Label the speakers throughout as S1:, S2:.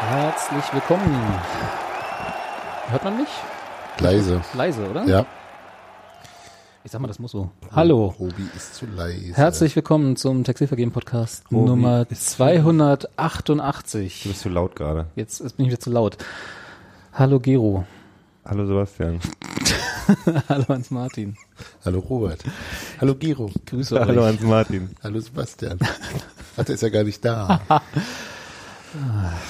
S1: Herzlich willkommen. Hört man mich?
S2: Leise.
S1: Leise, oder?
S2: Ja.
S1: Ich sag mal, das muss so. Hallo.
S2: Robi ist zu leise.
S1: Herzlich willkommen zum Textilvergehen Podcast
S3: Robi
S1: Nummer
S3: ist-
S1: 288.
S3: Du bist zu laut gerade.
S1: Jetzt ist- bin ich wieder zu laut. Hallo Gero.
S3: Hallo Sebastian.
S1: Hallo Hans Martin.
S2: Hallo Robert. Hallo Giro.
S1: Grüße
S3: Hallo
S1: euch.
S3: Hans Martin.
S2: Hallo Sebastian. Ach, der ist ja gar nicht da.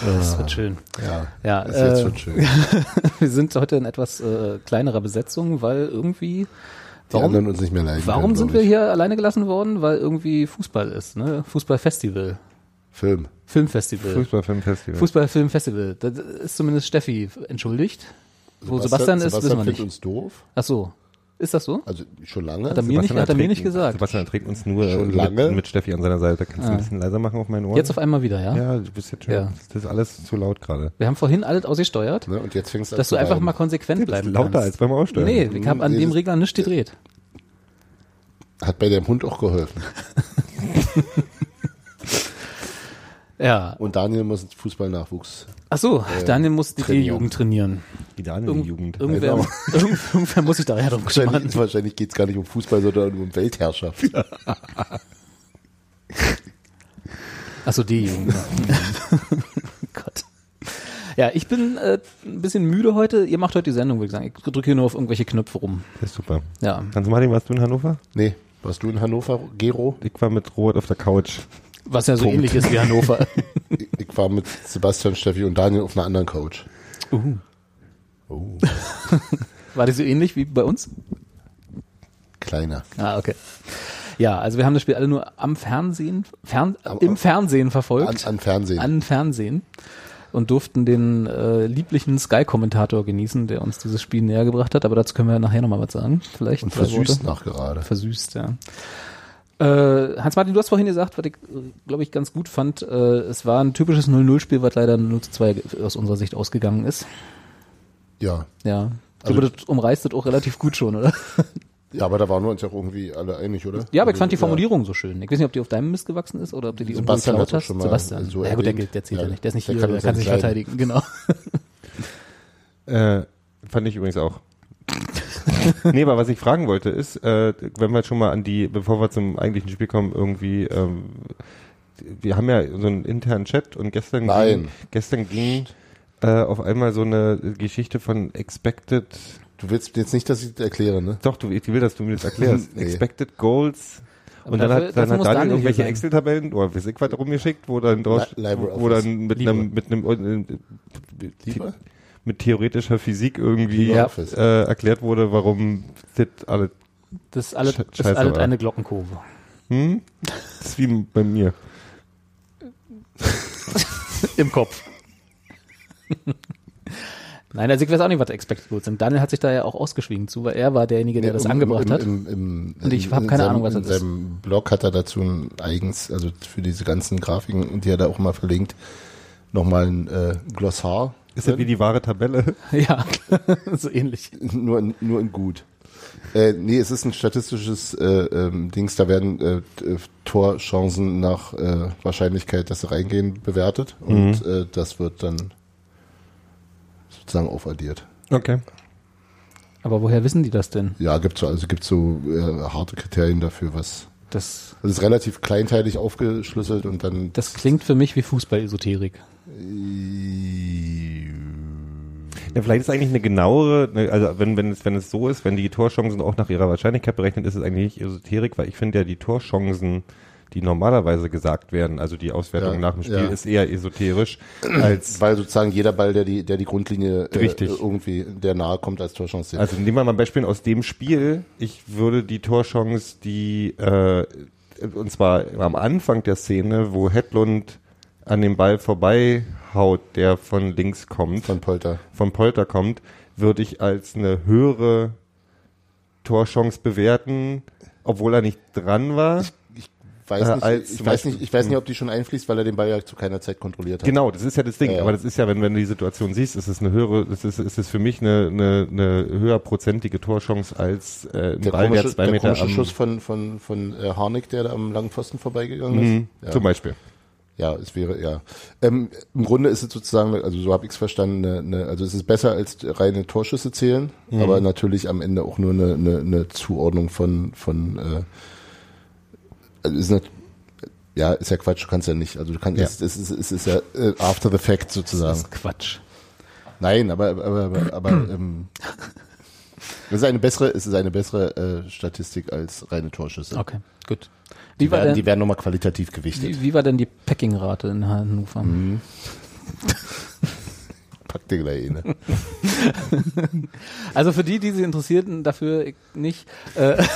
S1: Das wird schön.
S2: Ja.
S1: Ja,
S2: Ist jetzt
S1: äh,
S2: schon schön. Die
S1: Wir sind heute in etwas äh, kleinerer Besetzung, weil irgendwie. Warum,
S2: anderen uns nicht mehr leiden.
S1: warum
S2: können,
S1: sind wir
S2: glaub ich.
S1: hier alleine gelassen worden? Weil irgendwie Fußball ist, ne? Fußballfestival.
S2: Film.
S1: Filmfestival.
S3: Fußballfilmfestival.
S1: Fußballfilmfestival. Da ist zumindest Steffi entschuldigt. Wo Sebastian, ist,
S2: Sebastian
S1: wissen wir
S2: findet
S1: nicht.
S2: uns doof.
S1: Ach so. Ist das so?
S2: Also schon lange.
S1: er mir nicht- hat er mir
S3: erträgt-
S1: nicht gesagt. Ah.
S3: Sebastian erträgt uns nur
S2: Schon
S3: mit,
S2: lange?
S3: mit Steffi an seiner Seite. Kannst du ein bisschen leiser machen auf meinen Ohren?
S1: Jetzt auf einmal wieder, ja?
S3: ja, du bist jetzt schon.
S1: Ja.
S3: Das ist alles zu laut gerade.
S1: Wir haben vorhin alles ausgesteuert,
S2: ne? Und jetzt fängst an
S1: dass du
S2: zu
S1: einfach
S2: leiden.
S1: mal konsequent
S3: Das
S1: bleiben
S3: ist lauter als
S1: kannst.
S3: beim Aussteuern.
S1: Nee, ich habe an
S2: Nee,
S1: dem
S2: das-
S1: Regler nichts gedreht.
S2: Hat bei dem Hund auch geholfen.
S1: Ja.
S2: Und Daniel muss Fußballnachwuchs.
S1: Ach so, Daniel muss die
S2: trainieren.
S1: D-Jugend trainieren.
S3: Die Daniel
S1: Irgend-
S3: Jugend.
S1: Irgendwer,
S2: Genau.
S1: irgend- irgendwer muss sich da ja drum kümmern.
S2: Wahrscheinlich, wahrscheinlich geht es gar nicht um Fußball, sondern um Weltherrschaft.
S1: Ach so, D-Jugend. ja. Gott. Ja, ich bin äh, ein bisschen müde heute. Ihr macht heute die Sendung, würde ich sagen. Ich drücke hier nur auf irgendwelche Knöpfe rum.
S3: Das ist super.
S1: Ja.
S3: Hans Martin, warst du in Hannover?
S2: Nee. Warst du in Hannover, Gero?
S3: Ich war mit Robert auf der Couch.
S1: Was ja so
S2: Punkt.
S1: ähnlich ist wie Hannover.
S2: Ich, ich war mit Sebastian, Steffi und Daniel auf einer anderen Couch. Oh.
S1: Uh. War das so ähnlich wie bei uns?
S2: Kleiner.
S1: Ah, okay. Ja, also wir haben das Spiel alle nur am Fernsehen, Fern,
S2: Am-
S1: im Fernsehen
S2: An,
S1: verfolgt,
S2: an Fernsehen.
S1: an Fernsehen und durften den äh, lieblichen Sky-Kommentator genießen, der uns dieses Spiel näher gebracht hat. Aber dazu können wir nachher nochmal was sagen. Vielleicht
S2: und
S1: drei
S2: versüßt
S1: Worte.
S2: nachgerade.
S1: Versüßt, ja. Äh, Hans-Martin, du hast vorhin gesagt, was ich, glaube ich, ganz gut fand. Äh, es war ein typisches 0-0-Spiel, was leider 0-2 aus unserer Sicht ausgegangen ist.
S2: Ja.
S1: Ja. Du
S2: Also-
S1: also, umreißt das auch relativ gut schon, oder?
S2: Ja, aber da waren wir uns ja auch irgendwie alle einig, oder?
S1: Ja, aber ich
S2: Also,
S1: fand die Formulierung so schön. Ich weiß nicht, ob die auf deinem Mist gewachsen ist oder ob du die irgendwo
S2: Sebastian
S1: geklaut
S2: hat's auch
S1: hast.
S2: schon mal
S1: Sebastian.
S2: so
S1: ja gut, der
S2: erwähnt.
S1: gilt, der zählt
S2: Ja,
S1: ja nicht. Der ist nicht
S2: der
S1: hier,
S2: kann
S1: der
S2: uns
S1: kann sich nicht
S2: entscheiden.
S1: verteidigen. Genau.
S3: Äh, fand ich übrigens auch. nee, aber was ich fragen wollte ist, äh, wenn wir jetzt schon mal an die, bevor wir zum eigentlichen Spiel kommen, irgendwie, ähm, wir haben ja so einen internen Chat und gestern
S2: Nein.
S3: ging, gestern ging äh, auf einmal so eine Geschichte von Expected,
S2: Du willst jetzt nicht, dass ich das erkläre, ne?
S3: doch, du, ich will, dass du mir das erklärst,
S2: Nee.
S3: Expected Goals. Und dann
S1: dafür-
S3: hat, dann
S1: dafür
S3: hat
S1: muss
S3: Daniel,
S1: Daniel
S3: irgendwelche
S1: hier sein.
S3: Excel-Tabellen oh, oder weiß ich was rumgeschickt, wo dann draus,
S2: Li- Library
S3: wo
S2: Office.
S3: dann mit
S1: Libre.
S3: einem, mit einem, äh,
S2: Lieber?
S3: mit theoretischer Physik irgendwie
S2: Ja.
S3: äh, erklärt wurde, warum das alles
S1: Das ist alles,
S3: Sche-
S1: das ist
S3: scheiße,
S1: alles
S3: aber.
S1: eine Glockenkurve.
S3: hm? Das ist wie bei mir.
S1: Im Kopf. Nein, also ich weiß auch nicht, was Expected Goals sind. Daniel hat sich da ja auch ausgeschwiegen zu, weil er war derjenige, der das
S2: Im-
S1: angebracht
S2: im,
S1: hat.
S2: Im, im, im,
S1: Und ich
S2: in
S1: hab keine
S2: seinem,
S1: Ahnung, was
S2: in
S1: das ist.
S2: seinem Blog hat er dazu ein eigens, also für diese ganzen Grafiken, die er da auch mal verlinkt, nochmal ein äh, Glossar.
S3: Ist das wie die wahre Tabelle?
S1: Ja, so ähnlich.
S2: nur, in, nur in gut. Äh, nee, es ist ein statistisches äh, ähm, Dings, da werden äh, t- äh, Torchancen nach äh, Wahrscheinlichkeit, dass sie reingehen, bewertet und
S3: Mhm.
S2: äh, das wird dann sozusagen aufaddiert.
S3: Okay.
S1: Aber woher wissen die das denn?
S2: Ja, gibt's so, also gibt's so äh, harte Kriterien dafür, was.
S1: Das,
S2: Das ist relativ kleinteilig aufgeschlüsselt und dann.
S1: das klingt für mich wie Fußball-Esoterik.
S3: Ja, vielleicht ist eigentlich eine genauere, ne, also wenn, wenn, es, wenn es so ist, wenn die Torchancen auch nach ihrer Wahrscheinlichkeit berechnet, ist es eigentlich nicht Esoterik, weil ich finde ja die Torchancen, die normalerweise gesagt werden. Also die Auswertung
S2: Ja,
S3: nach dem Spiel
S2: ja.
S3: ist eher esoterisch als
S2: Weil sozusagen jeder Ball, der die, der die Grundlinie äh,
S3: Richtig.
S2: irgendwie der nahe kommt als Torchance zählt.
S3: Also nehmen wir mal ein Beispiel aus dem Spiel. Ich würde die Torchance, die äh, und zwar am Anfang der Szene, wo Hedlund an dem Ball vorbeihaut, der von links kommt,
S2: von Polter.
S3: von Polter kommt, würde ich als eine höhere Torchance bewerten, obwohl er nicht dran war.
S2: Weiß
S3: Äh,
S2: nicht,
S3: als
S2: ich
S3: zum
S2: weiß
S3: Beispiel-
S2: nicht, ich weiß nicht, ob die schon einfließt, weil er den Ball ja zu keiner Zeit kontrolliert hat.
S3: Genau, das ist ja das Ding.
S2: Ja, ja.
S3: Aber das ist ja, wenn, wenn du die Situation siehst, ist es eine höhere, ist es, ist es für mich eine, eine, eine höher prozentige Torchance als äh, ein
S2: Der
S3: Ball,
S2: komische,
S3: der zwei
S2: der
S3: Meter
S2: komische
S3: am,
S2: Schuss von, von, von äh, Harnik, der da am langen Pfosten vorbeigegangen
S3: Mhm,
S2: ist. Ja.
S3: Zum Beispiel.
S2: Ja, es wäre, ja. Ähm, Im Grunde ist es sozusagen, also so habe ich es verstanden, eine, eine, also es ist besser als reine Torschüsse zählen,
S3: Mhm.
S2: aber natürlich am Ende auch nur eine, eine, eine Zuordnung von, von äh, also ist nicht, ja, ist ja Quatsch, du kannst ja nicht, also du kannst,
S3: Ja.
S2: es, es, ist- es ist ja äh, after the fact sozusagen.
S1: Das ist Quatsch.
S2: Nein, aber, aber, aber, aber ähm, es ist eine bessere, es ist eine bessere äh, Statistik als reine Torschüsse.
S1: Okay, gut.
S2: Die
S1: Wie war,
S2: werden,
S1: denn,
S2: die werden nochmal qualitativ gewichtet.
S1: wie, wie war denn die Packing-Rate in Hannover?
S2: Pack dir gleich eh, ne?
S1: Also für die, die sie interessierten, dafür ich nicht, äh,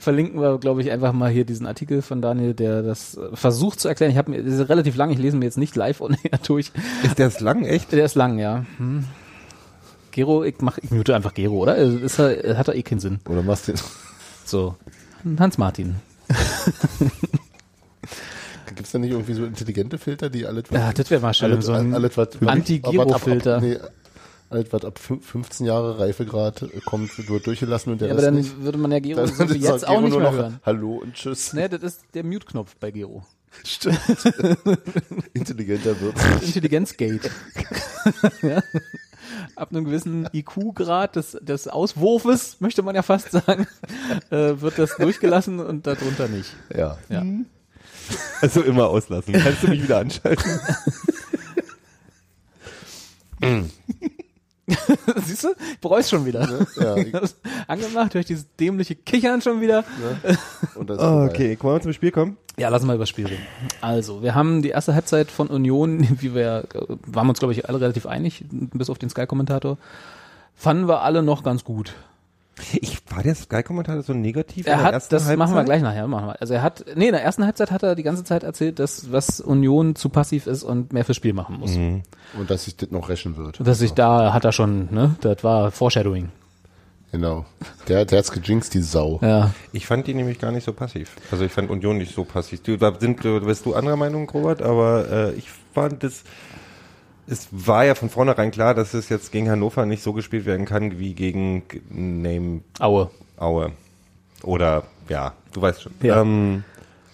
S1: verlinken wir, glaube ich, einfach mal hier diesen Artikel von Daniel, der das äh, versucht zu erklären. Ich habe mir, das ist relativ lang, ich lese mir jetzt nicht live und näher durch.
S3: Ist der ist lang, echt?
S1: Der ist lang, ja. Hm. Gero, ich mach, ich mute einfach Gero, oder? Also Ist er, hat er eh keinen Sinn.
S2: Oder machst du
S1: So. Hans Martin.
S2: Gibt es da nicht irgendwie so intelligente Filter, die alle
S1: Ja, das wäre mal schön.
S2: alle,
S1: so ein
S2: alle, was-
S1: Anti-Giro-Filter.
S2: ab- ab- ab- Nee, alles, was ab fün- 15 Jahre Reifegrad äh, kommt, wird durchgelassen und der
S1: ja, aber
S2: Rest
S1: dann
S2: nicht.
S1: würde man ja Gero so wie
S2: ist
S1: jetzt
S2: Gero
S1: auch nicht
S2: nur
S1: mehr
S2: noch
S1: hören.
S2: Hallo und Tschüss.
S1: Ne, das ist der Mute-Knopf bei Gero.
S2: Stimmt. Intelligenter wird
S1: Intelligenzgate. ja. Ab einem gewissen IQ-Grad des, des Auswurfes, möchte man ja fast sagen, äh, wird das durchgelassen und darunter nicht.
S2: Ja.
S1: Ja.
S3: Also immer auslassen. Kannst du mich wieder anschalten?
S1: Siehst du? Ich bereue schon wieder.
S2: ja.
S1: Ich hab's angemacht, höre ich dieses dämliche Kichern schon wieder.
S2: Und das ist vorbei.
S3: okay, wollen wir zum Spiel kommen?
S1: Ja, lass mal über das Spiel reden. Also, wir haben die erste Halbzeit von Union, wie wir ja, äh, waren uns, glaube ich, alle relativ einig, bis auf den Sky-Kommentator. Fanden wir alle noch ganz gut.
S3: Ich war der Sky-Kommentator so negativ in
S1: Er
S3: der
S1: hat, das
S3: ersten Halbzeit?
S1: machen wir gleich nachher, machen wir. Also er hat, nee, in der ersten Halbzeit hat er die ganze Zeit erzählt, dass was Union zu passiv ist und mehr fürs Spiel machen muss.
S2: Und dass sich das noch rächen wird.
S1: Dass ich da, hat er schon, ne, das war Foreshadowing.
S2: Genau. Der, der hat's gejinxt, die Sau.
S1: Ja.
S3: Ich fand die nämlich gar nicht so passiv. Also ich fand Union nicht so passiv. Du, da sind, du- bist du anderer Meinung, Robert, aber äh, ich fand das, es war ja von vornherein klar, dass es jetzt gegen Hannover nicht so gespielt werden kann wie gegen G- Name
S1: Aue.
S3: Aue. Oder ja, du weißt schon.
S1: Ja.
S3: Ähm,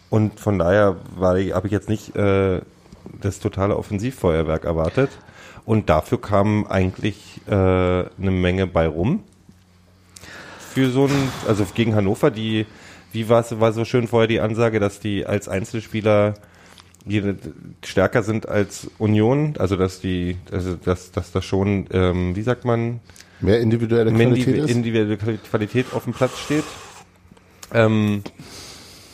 S3: und von daher habe ich jetzt nicht äh, das totale Offensivfeuerwerk erwartet. Und dafür kam eigentlich äh, eine Menge bei rum. Für so ein, also gegen Hannover, die, wie war es, war so schön vorher die Ansage, dass die als Einzelspieler jede, stärker sind als Union, also dass die, also dass, dass das schon, ähm, wie sagt man,
S2: Mehr individuelle
S3: wenn
S2: Qualität
S3: die
S2: ist.
S3: individuelle Quali- Qualität auf dem Platz steht. Ähm,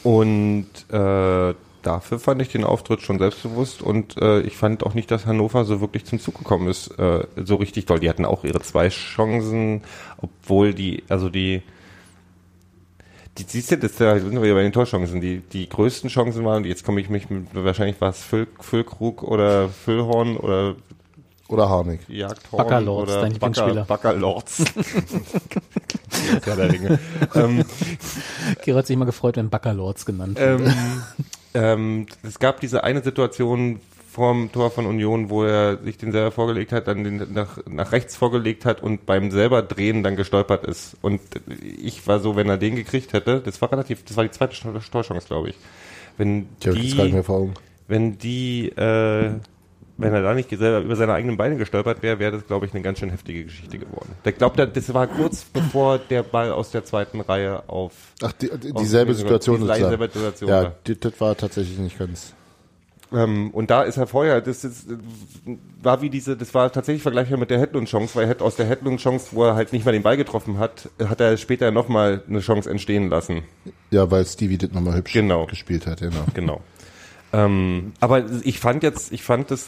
S3: und äh, dafür fand ich den Auftritt schon selbstbewusst und äh, ich fand auch nicht, dass Hannover so wirklich zum Zug gekommen ist, äh, so richtig doll. Die hatten auch ihre zwei Chancen, obwohl die, also die die siehst du, das da sind wir ja bei den Torchancen. Die, die größten Chancen waren, jetzt komme ich mich mit, wahrscheinlich war es Füll, Füllkrug oder Füllhorn oder
S2: Oder Harnik.
S3: Jagdhorn
S1: Backerlords,
S3: oder
S1: dein Lieblingsspieler.
S3: Backerlords. ja, der Dinge. ähm,
S1: Kira hat sich immer gefreut, wenn Backerlords genannt wird.
S3: ähm, ähm, es gab diese eine Situation vorm Tor von Union, wo er sich den selber vorgelegt hat, dann den nach, nach rechts vorgelegt hat und beim selber Drehen dann gestolpert ist. Und ich war so, wenn er den gekriegt hätte, das war relativ, das war die zweite Tor- Torchance, glaube ich. Wenn
S2: Ich habe jetzt gar nicht
S3: die,
S2: mehr vor Augen.
S3: wenn die, äh, wenn er da nicht selber über seine eigenen Beine gestolpert wäre, wäre das, glaube ich, eine ganz schön heftige Geschichte geworden. Ich glaube, das war kurz bevor der Ball aus der zweiten Reihe auf
S2: Ach, die, die, dieselbe Situation
S3: dieselbe
S2: sozusagen.
S3: Situation
S2: Ja,
S3: war.
S2: die- das war tatsächlich nicht ganz.
S3: Ähm, und da ist er vorher, das ist, war wie diese, das war tatsächlich vergleichbar mit der Headlund-Chance, weil Head, aus der Headlund-Chance, wo er halt nicht mal den Ball getroffen hat, hat er später nochmal eine Chance entstehen lassen.
S2: Ja, weil Stevie das nochmal hübsch
S3: Genau.
S2: gespielt hat, genau.
S3: Genau. Ähm, aber ich fand jetzt, ich fand das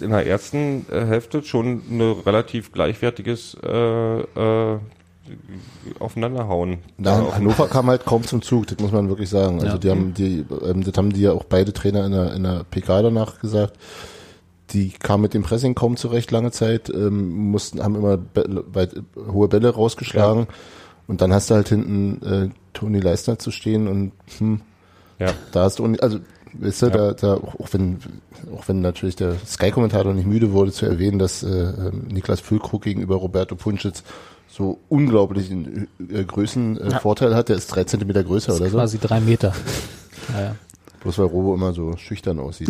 S3: äh, in der ersten äh, Hälfte schon eine relativ gleichwertiges äh, äh, Aufeinanderhauen. äh,
S2: Na,
S3: Ja,
S2: Hannover kam halt kaum zum Zug, das muss man wirklich sagen. Also
S1: Ja.
S2: die haben die, ähm, das haben die ja auch beide Trainer in der, in der PK danach gesagt. Die kamen mit dem Pressing kaum zurecht lange Zeit, ähm, mussten, haben immer Bälle, weit, hohe Bälle rausgeschlagen. Und dann hast du halt hinten äh, Toni Leistner zu stehen und hm,
S3: ja.
S2: da hast du, un- also weißt du, da, da auch, auch wenn auch wenn natürlich der Sky-Kommentator nicht müde wurde zu erwähnen, dass äh, ähm, Niklas Füllkrug gegenüber Roberto Punschitz so unglaublichen äh, Größenvorteil äh,
S1: Ja.
S2: Vorteil hat, der ist drei Zentimeter größer oder so.
S1: Quasi drei Meter. Naja.
S2: Bloß weil Robo immer so schüchtern aussieht.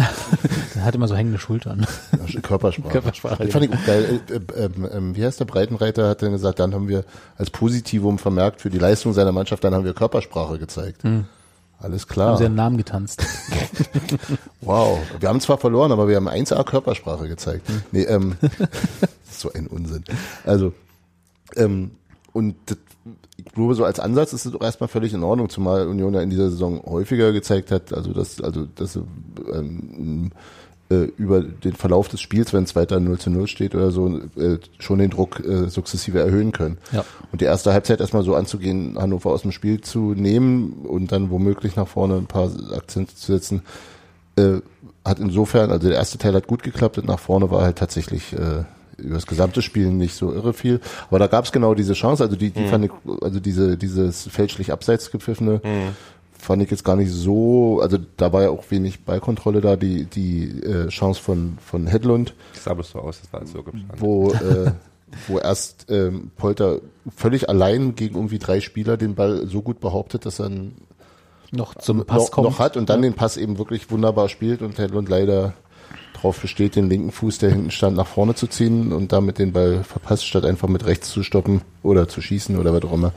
S1: Er hat immer so hängende Schultern.
S2: Ja, Körpersprache.
S1: Körpersprache,
S2: Das fand ich auch geil. Äh, äh, ähm, ähm, wie heißt der Breitenreiter? Hat dann gesagt, dann haben wir als Positivum vermerkt für die Leistung seiner Mannschaft, dann haben wir Körpersprache gezeigt. Alles
S1: Mhm. Haben
S2: klar.
S1: sie ihren Namen getanzt.
S2: Wow, wir haben zwar verloren, aber wir haben 1A Körpersprache gezeigt. Nee, ähm, so ein Unsinn. Also, ähm, und das, ich glaube, so als Ansatz ist es doch erstmal völlig in Ordnung, zumal Union ja in dieser Saison häufiger gezeigt hat, also dass, also dass sie, ähm, äh, über den Verlauf des Spiels, wenn es weiter 0 zu 0 steht oder so, äh, schon den Druck äh, sukzessive erhöhen können.
S1: Ja.
S2: Und die erste Halbzeit erstmal so anzugehen, Hannover aus dem Spiel zu nehmen und dann womöglich nach vorne ein paar Akzente zu setzen, äh, hat insofern, also der erste Teil hat gut geklappt, und nach vorne war halt tatsächlich äh, über das gesamte Spiel nicht so irre viel. Aber da gab es genau diese Chance, also die, die fand ich, also diese, dieses fälschlich abseits gepfiffene, fand ich jetzt gar nicht so, also da war ja auch wenig Ballkontrolle da, die, die äh, Chance von, von Hedlund,
S3: Das sah bloß so aus, das war so geplant.
S2: wo, äh, wo erst ähm, Polter völlig allein gegen irgendwie drei Spieler den Ball so gut behauptet, dass er einen
S1: Noch zum Pass
S2: noch,
S1: kommt. ne?
S2: noch hat und dann den Pass eben wirklich wunderbar spielt und Hedlund leider darauf besteht, den linken Fuß, der hinten stand, nach vorne zu ziehen und damit den Ball verpasst, statt einfach mit rechts zu stoppen oder zu schießen oder was auch immer.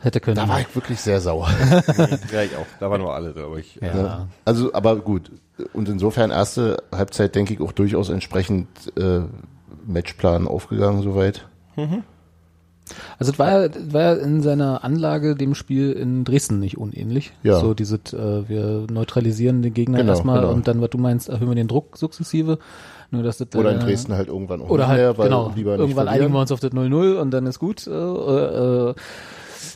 S1: Hätte können.
S2: Da war ich wirklich sehr sauer.
S3: ja, ich auch. Da waren wir alle, glaube ich. äh,
S1: ja.
S2: Ja. Also, aber gut. Und insofern erste Halbzeit, denke ich, auch durchaus entsprechend äh, Matchplan aufgegangen soweit.
S1: Also es war, ja- es war ja in seiner Anlage dem Spiel in Dresden nicht unähnlich.
S2: Ja.
S1: So dieses, äh, wir neutralisieren den Gegner
S2: Genau,
S1: erstmal
S2: genau.
S1: und dann, was du meinst, erhöhen wir den Druck sukzessive. Nur dass das,
S2: Oder in
S1: äh,
S2: Dresden halt irgendwann auch
S1: Oder
S2: nicht
S1: halt,
S2: mehr, weil
S1: genau,
S2: lieber nicht
S1: irgendwann einigen wir
S2: verlieren.
S1: uns auf das 0-0 und dann ist gut. Äh, äh, äh,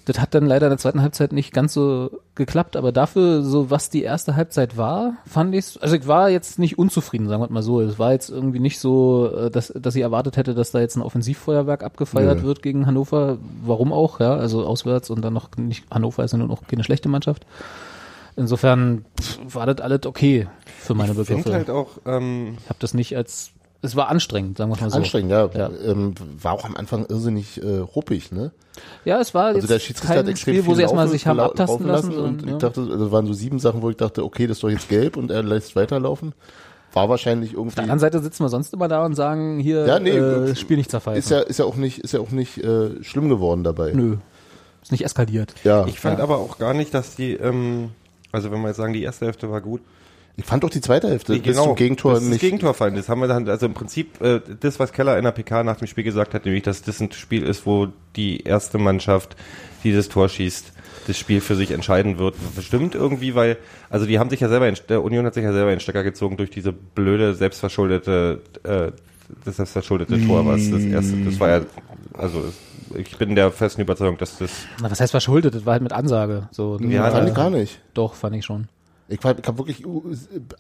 S1: das hat dann leider in der zweiten Halbzeit nicht ganz so geklappt, aber dafür, so was die erste Halbzeit war, fand ich, also ich war jetzt nicht unzufrieden, sagen wir mal so. Es war jetzt irgendwie nicht so, äh, dass, dass ich erwartet hätte, dass da jetzt ein Offensivfeuerwerk abgefeiert
S2: Nö.
S1: wird gegen Hannover. Warum auch, ja, also auswärts und dann noch nicht, Hannover ist ja nun auch keine schlechte Mannschaft. Insofern pff, war das alles okay für meine
S3: Ich finde
S1: Begriffe.
S3: halt auch, ähm,
S1: ich habe das nicht als, es war anstrengend, sagen wir mal so.
S2: Anstrengend, ja.
S1: Ja.
S2: Ähm, war auch am Anfang irrsinnig äh, ruppig, ne?
S1: Ja, es war
S2: Also
S1: jetzt
S2: der Schiedsrichter hat
S1: kein
S2: extrem
S1: Spiel, wo
S2: viel
S1: sie erstmal
S2: laufen-
S1: sich haben
S2: lau-
S1: abtasten
S2: laufen
S1: lassen.
S2: und ich
S1: sondern, ne? ja.
S2: dachte, also waren so sieben Sachen, wo ich dachte, okay, das ist doch jetzt gelb und er lässt weiterlaufen. War wahrscheinlich
S1: Auf der
S2: irgendwie
S1: anderen Seite sitzen wir sonst immer da und sagen, hier,
S2: Ja, nee,
S1: äh,
S2: gut.
S1: Spiel nicht zerfallen.
S2: ist ja ist ja auch nicht ist ja auch nicht äh, schlimm geworden dabei.
S1: Nö, ist nicht eskaliert.
S2: Ja,
S3: ich fand aber auch gar nicht, dass die, ähm, also wenn wir jetzt sagen, die erste Hälfte war gut,
S2: ich fand auch die zweite Hälfte
S3: Nee, genau.
S2: bis zum Gegentor
S3: bis zum
S2: nicht.
S3: Gegentor fallen. Das haben wir dann, also im Prinzip äh, das, was Keller in der PK nach dem Spiel gesagt hat, nämlich, dass das ein Spiel ist, wo die erste Mannschaft, die das Tor schießt, das Spiel für sich entscheiden wird. Bestimmt irgendwie, weil, also die haben sich ja selber, in, der Union hat sich ja selber in den Stecker gezogen durch diese blöde, selbstverschuldete, äh, das selbstverschuldete Tor, was das erste, das war ja, also ich bin der festen Überzeugung, dass das,
S1: Na, was heißt verschuldet? Das war halt mit Ansage. So,
S3: Ja,
S1: äh,
S2: fand ich gar nicht.
S1: Doch, fand ich schon.
S2: Ich fand, ich hab wirklich, uh,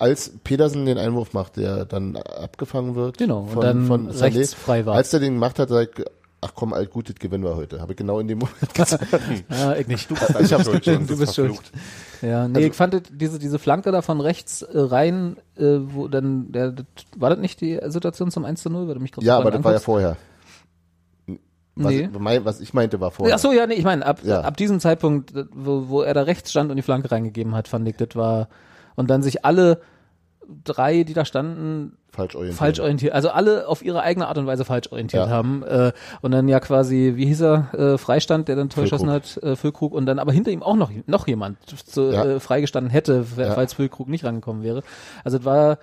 S2: als Pedersen den Einwurf macht, der dann abgefangen wird.
S1: Genau, und dann
S2: Sané,
S1: rechts frei war.
S2: Als der den gemacht hat, sag ich, ach komm, alt, gut, das gewinnen wir heute. Habe ich genau in dem Moment gesagt.
S1: Ja, ich nicht. Du
S2: ich Also- hab's
S1: Stimmt, du bist schuld. Ja, nee, ich fand das- diese, diese Flanke da von rechts äh, rein, äh, wo dann, der, das- war das nicht die Situation zum 1 zu 0? Weil du mich kurz
S2: Ja,
S1: vorhin
S2: aber das war ja
S1: anguckst?
S2: vorher. Was,
S1: Nee.
S2: mein, was ich meinte, war vorher.
S1: Ach so, ja, nee, ich meine, ab,
S2: Ja.
S1: ab diesem Zeitpunkt, äh, wo, wo er da rechts stand und die Flanke reingegeben hat, fand ich, das war, und dann sich alle drei, die da standen,
S2: Falsch orientiert.
S1: falsch orientiert, also alle auf ihre eigene Art und Weise falsch orientiert
S2: Ja.
S1: haben äh, und dann ja quasi, wie hieß er, äh, Freistand, der dann tollschossen hat,
S2: Füllkrug.
S1: äh, Füllkrug und dann aber hinter ihm auch noch noch jemand so,
S2: Ja.
S1: äh, freigestanden hätte, w-
S2: Ja.
S1: falls Füllkrug nicht rangekommen wäre. Also das war,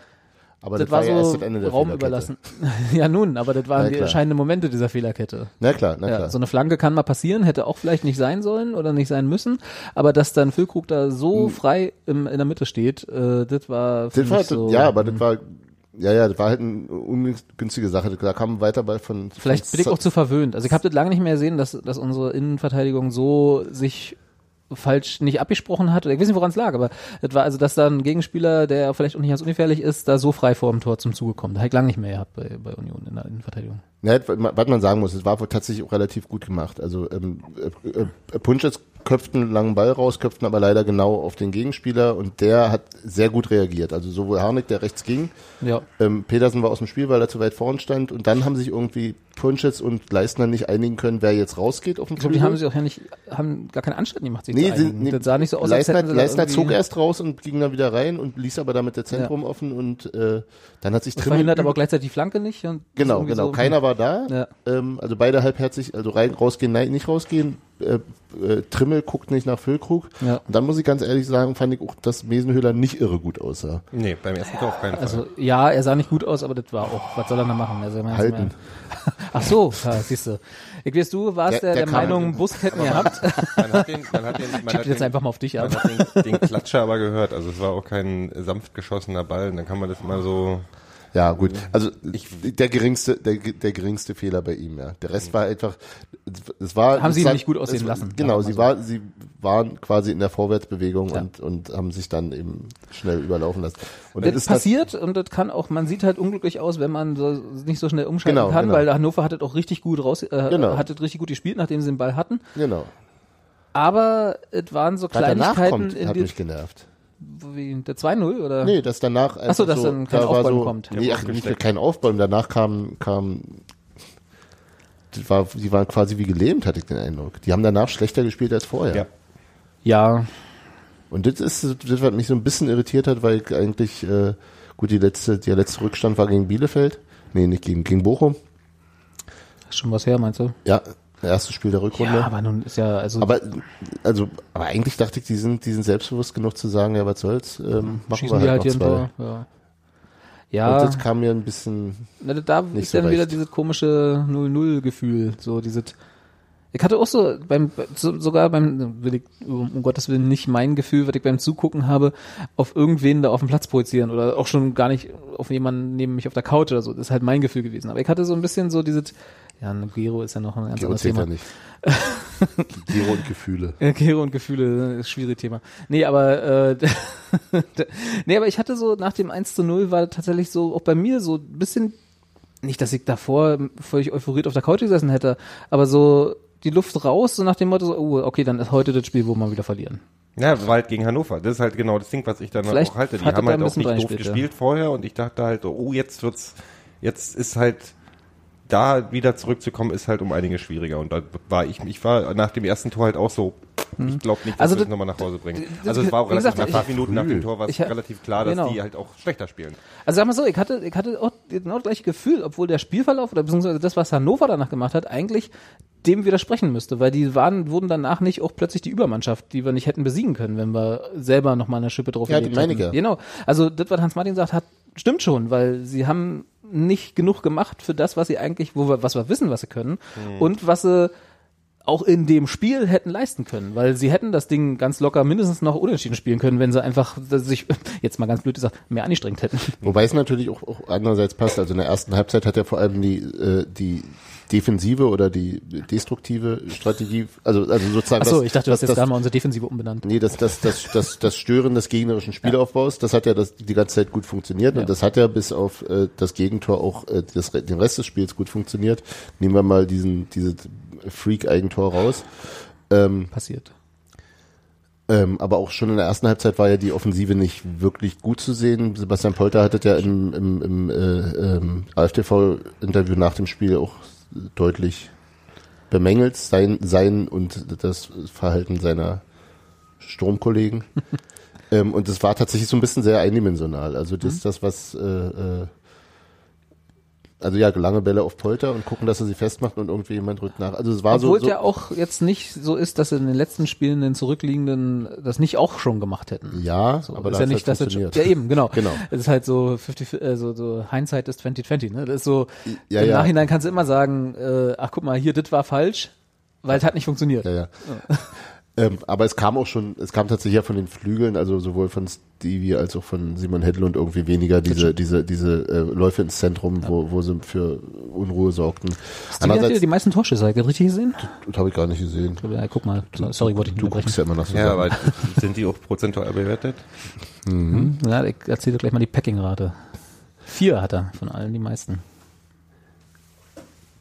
S2: Aber
S1: das war
S2: ja erst
S1: so
S2: das Ende der
S1: Raum
S2: Fehlerkette.
S1: überlassen. ja nun, aber das waren
S2: Na
S1: die
S2: klar.
S1: entscheidenden Momente dieser Fehlerkette.
S2: Na klar, na
S1: Ja,
S2: klar.
S1: so eine Flanke kann mal passieren, hätte auch vielleicht nicht sein sollen oder nicht sein müssen, aber dass dann Füllkrug da so frei im, in der Mitte steht, äh, das war für
S2: Hm. das war,
S1: mich so, Mhm.
S2: ja, aber das war, ja, ja, das war halt eine ungünstige Sache. Da kam ein weiter Ball von.
S1: Vielleicht
S2: von
S1: bin ich auch
S2: Sa-
S1: zu verwöhnt. Also ich habe das lange nicht mehr gesehen, dass, dass unsere Innenverteidigung so sich falsch nicht abgesprochen hat. Oder Ich weiß nicht, woran es lag, aber das war also, dass da ein Gegenspieler, der vielleicht auch nicht ganz ungefährlich ist, da so frei vor dem Tor zum Zuge kommt. Da habe ich lange nicht mehr gehabt bei, bei Union in der Innenverteidigung.
S2: Ja, was man sagen muss, es war wohl tatsächlich auch relativ gut gemacht. Also ähm, äh, äh, äh, Punches köpften einen langen Ball raus, köpften aber leider genau auf den Gegenspieler und der hat sehr gut reagiert. Also sowohl Harnik, der rechts ging,
S1: Ja.
S2: ähm, Petersen war aus dem Spiel, weil er zu weit vorn stand und dann haben sich irgendwie Punches und Leistner nicht einigen können, wer jetzt rausgeht auf den
S1: Ich glaube, die haben
S2: Flügel.
S1: sich auch ja nicht, haben gar keine Anstalten gemacht, sich
S2: Mhm. Nee,
S1: zu
S2: sie-
S1: einigen.
S2: nee,
S1: Das sah nicht so aus,
S2: Leistner,
S1: hätten sie da
S2: Leistner
S1: irgendwie-
S2: zog erst raus und ging dann wieder rein und ließ aber damit das Zentrum offen und äh, dann hat sich
S1: Das
S2: Trimmel
S1: verhindert aber
S2: über-
S1: auch gleichzeitig die Flanke nicht. Und
S2: Genau,
S1: irgendwie
S2: genau.
S1: so-
S2: Keiner war da.
S1: Ja.
S2: Ähm, also beide halbherzig, also rein, rausgehen, nein, nicht rausgehen. Äh, äh, Trimmel guckt nicht nach Füllkrug.
S1: Ja.
S2: Und dann muss ich ganz ehrlich sagen, fand ich auch, dass Mesenhöhler nicht irre gut aussah.
S3: Nee, beim ersten Tor auf keinen Fall.
S1: Also ja, er sah nicht gut aus, aber das war auch. Was soll er denn machen? Also, ich meine,
S2: Halten.
S1: Ach so, ja, siehst du. Ich weiß, du warst der,
S2: Der- der
S1: der,
S2: kam-
S1: Meinung, Bus hätten ihr habt.
S3: man hat den, man hat den, man
S1: Ich
S3: hat
S1: hab jetzt
S3: den,
S1: einfach mal auf dich
S3: man
S1: ab.
S3: hat den, den Klatscher aber gehört. Also es war auch kein sanft geschossener Ball. Und dann kann man das mal so.
S2: Ja, gut. Also der geringste, der, der geringste Fehler bei ihm, ja. Der Rest war einfach, es war.
S1: Haben sie
S2: es
S1: ihn
S2: war-
S1: nicht gut aussehen
S2: es,
S1: lassen, also.
S2: Genau,
S1: sagen wir
S2: sie war, sie waren quasi in der Vorwärtsbewegung
S1: Ja.
S2: und und haben sich dann eben schnell überlaufen lassen. Und
S1: Das passiert und das kann auch, man sieht halt unglücklich aus, wenn man so, nicht so schnell umschalten
S2: Genau,
S1: kann,
S2: genau.
S1: weil Hannover hat das auch richtig gut raus, äh,
S2: Genau.
S1: hat das richtig gut gespielt, nachdem sie den Ball hatten.
S2: Das, genau.
S1: Aber es waren so
S2: Was danach
S1: Kleinigkeiten
S2: kommt,
S1: in
S2: hat
S1: die,
S2: mich genervt.
S1: wie, der 2-0 oder?
S2: Nee, dass danach einfach
S1: so, dass dann kein
S2: da war
S1: Aufbäumen
S2: so,
S1: kommt.
S2: Nee, ach, nicht kein Aufbäumen. Danach kam, kam, das war, die waren quasi wie gelähmt, hatte ich den Eindruck. Die haben danach schlechter gespielt als vorher.
S1: Ja,
S2: Und das ist, das, was mich so ein bisschen irritiert hat, weil ich eigentlich, äh, gut, die letzte, der letzte Rückstand war gegen Bielefeld. Nee, nicht gegen, gegen Bochum.
S1: ist schon was her, meinst du?
S2: Ja, erstes Spiel der Rückrunde.
S1: Ja, aber nun ist ja, also,
S2: aber, also, aber eigentlich dachte ich, die sind, die sind selbstbewusst genug zu sagen, ja, was soll's, ähm, machen
S1: schießen
S2: wir
S1: die
S2: halt
S1: halt hier
S2: noch
S1: ein
S2: zwei.
S1: Tor. Ja.
S2: Und
S1: ja.
S2: das kam mir ein bisschen,
S1: Na, da- da
S2: Nicht
S1: ist
S2: so
S1: dann wieder
S2: recht.
S1: dieses komische 0-0-Gefühl, so dieses. Ich hatte auch so, beim, so- sogar beim, will ich, um Gottes Willen nicht mein Gefühl, was ich beim Zugucken habe, auf irgendwen da auf dem Platz projizieren oder auch schon gar nicht auf jemanden neben mich auf der Couch oder so. Das ist halt mein Gefühl gewesen. Aber ich hatte so ein bisschen so dieses, ja, ein Gero ist ja noch ein ganz
S2: Gero
S1: anderes
S2: zählt ja
S1: Thema.
S2: nicht. Gero und Gefühle.
S1: Äh, Gero und Gefühle, äh, ist schwierige Thema. Nee, aber äh, d- nee, aber ich hatte so nach dem 1 zu 0 war tatsächlich so auch bei mir so ein bisschen nicht, dass ich davor völlig euphoriert auf der Couch gesessen hätte, aber so die Luft raus, so nach dem Motto, so, oh, okay, dann ist heute das Spiel, wo wir wieder verlieren.
S3: Ja, war halt gegen Hannover. Das ist halt genau das Ding, was ich dann
S1: Vielleicht
S3: auch halte. Die
S1: hat er
S3: haben
S1: da
S3: halt
S1: ein
S3: auch
S1: bisschen
S3: nicht doof
S1: reingespielt, ja.
S3: gespielt vorher und ich dachte halt, so, oh, jetzt wird's, jetzt ist halt da wieder zurückzukommen, ist halt um einiges schwieriger. Und da war ich, ich war nach dem ersten Tor halt auch so, ich glaube nicht, dass
S1: Also
S3: wir es
S1: das-
S3: nochmal nach Hause bringen.
S1: das-
S3: Also es war auch
S1: wie
S3: relativ,
S1: gesagt,
S3: nach
S1: ich-
S3: fünf Minuten nach dem Tor war es
S1: Ich hab-
S3: relativ klar, dass
S1: genau.
S3: die halt auch schlechter spielen.
S1: Also sag mal so, ich hatte, ich hatte auch genau das gleiche Gefühl, obwohl der Spielverlauf oder beziehungsweise das, was Hannover danach gemacht hat, eigentlich dem widersprechen müsste, weil die waren, wurden danach nicht auch plötzlich die Übermannschaft, die wir nicht hätten besiegen können, wenn wir selber nochmal eine Schippe drauf
S2: Ja,
S1: gelegt
S2: die meine ich
S1: hätten.
S2: ja.
S1: Genau. Also das, was Hans-Martin sagt, hat, stimmt schon, weil sie haben nicht genug gemacht für das, was sie eigentlich, wo wir, was wir wissen, was sie können und was sie auch in dem Spiel hätten leisten können, weil sie hätten das Ding ganz locker mindestens noch unentschieden spielen können, wenn sie einfach sich, jetzt mal ganz blöd gesagt, mehr angestrengt hätten.
S2: Wobei es natürlich auch, auch andererseits passt. Also in der ersten Halbzeit hat ja vor allem die, äh, die defensive oder die destruktive Strategie, also, also sozusagen.
S1: Achso,
S2: das-
S1: ich dachte, du
S2: das-
S1: hast jetzt
S2: das-
S1: gerade mal unsere Defensive umbenannt.
S2: Nee, das, das, das, das, das Stören des gegnerischen Spielaufbaus, das hat ja das, die ganze Zeit gut funktioniert
S1: Ja.
S2: und das hat ja bis auf äh, das Gegentor auch äh, das, Re- den Rest des Spiels gut funktioniert. Nehmen wir mal diesen, dieses Freak-Eigentor raus.
S1: Passiert.
S2: Ähm, aber auch schon in der ersten Halbzeit war ja die Offensive nicht wirklich gut zu sehen. Sebastian Polter hatte ja im, im, im äh, ähm, AfTV-Interview nach dem Spiel auch deutlich bemängelt sein, sein und das Verhalten seiner Sturmkollegen. Ähm, und es war tatsächlich so ein bisschen sehr eindimensional. Also
S1: Mhm.
S2: das ist das, was äh, äh, also ja, lange Bälle auf Polter und gucken, dass er sie festmacht und irgendwie jemand rückt nach. Also es war
S1: Obwohl
S2: so, so
S1: es ja auch jetzt nicht so ist, dass sie in den letzten Spielen den Zurückliegenden das nicht auch schon gemacht hätten.
S2: ja,
S1: So,
S2: aber
S1: ist
S2: da
S1: ja
S2: hat's
S1: nicht,
S2: halt
S1: dass jetzt schon,
S2: funktioniert.
S1: ja eben, genau.
S2: Genau.
S1: Es ist halt so 50, äh, so, so Hindsight ist 2020, ne? Das ist so,
S2: Ja,
S1: im
S2: ja.
S1: Nachhinein kannst du immer sagen, äh, ach guck mal, hier, das war falsch, weil es hat nicht funktioniert.
S2: Ja, ja. ähm, aber es kam auch schon, es kam tatsächlich ja von den Flügeln, also sowohl von Stevie als auch von Simon Hedlund irgendwie weniger diese, diese, diese äh, Läufe ins Zentrum, wo, wo sie für Unruhe sorgten.
S1: Die hat ja
S2: Andererseits,
S1: die meisten Torschüsse, hat er richtig gesehen?
S2: das habe ich gar nicht gesehen.
S1: Ja, guck mal, So- sorry, wollte ich nicht
S2: Du guckst
S1: unterbrechen.
S2: ja immer nach so
S3: Ja,
S2: Sachen.
S3: aber sind die auch prozentual bewertet?
S1: Hm? Ja, ich erzähl dir gleich mal die Packing-Rate. Vier hat er, von allen die meisten.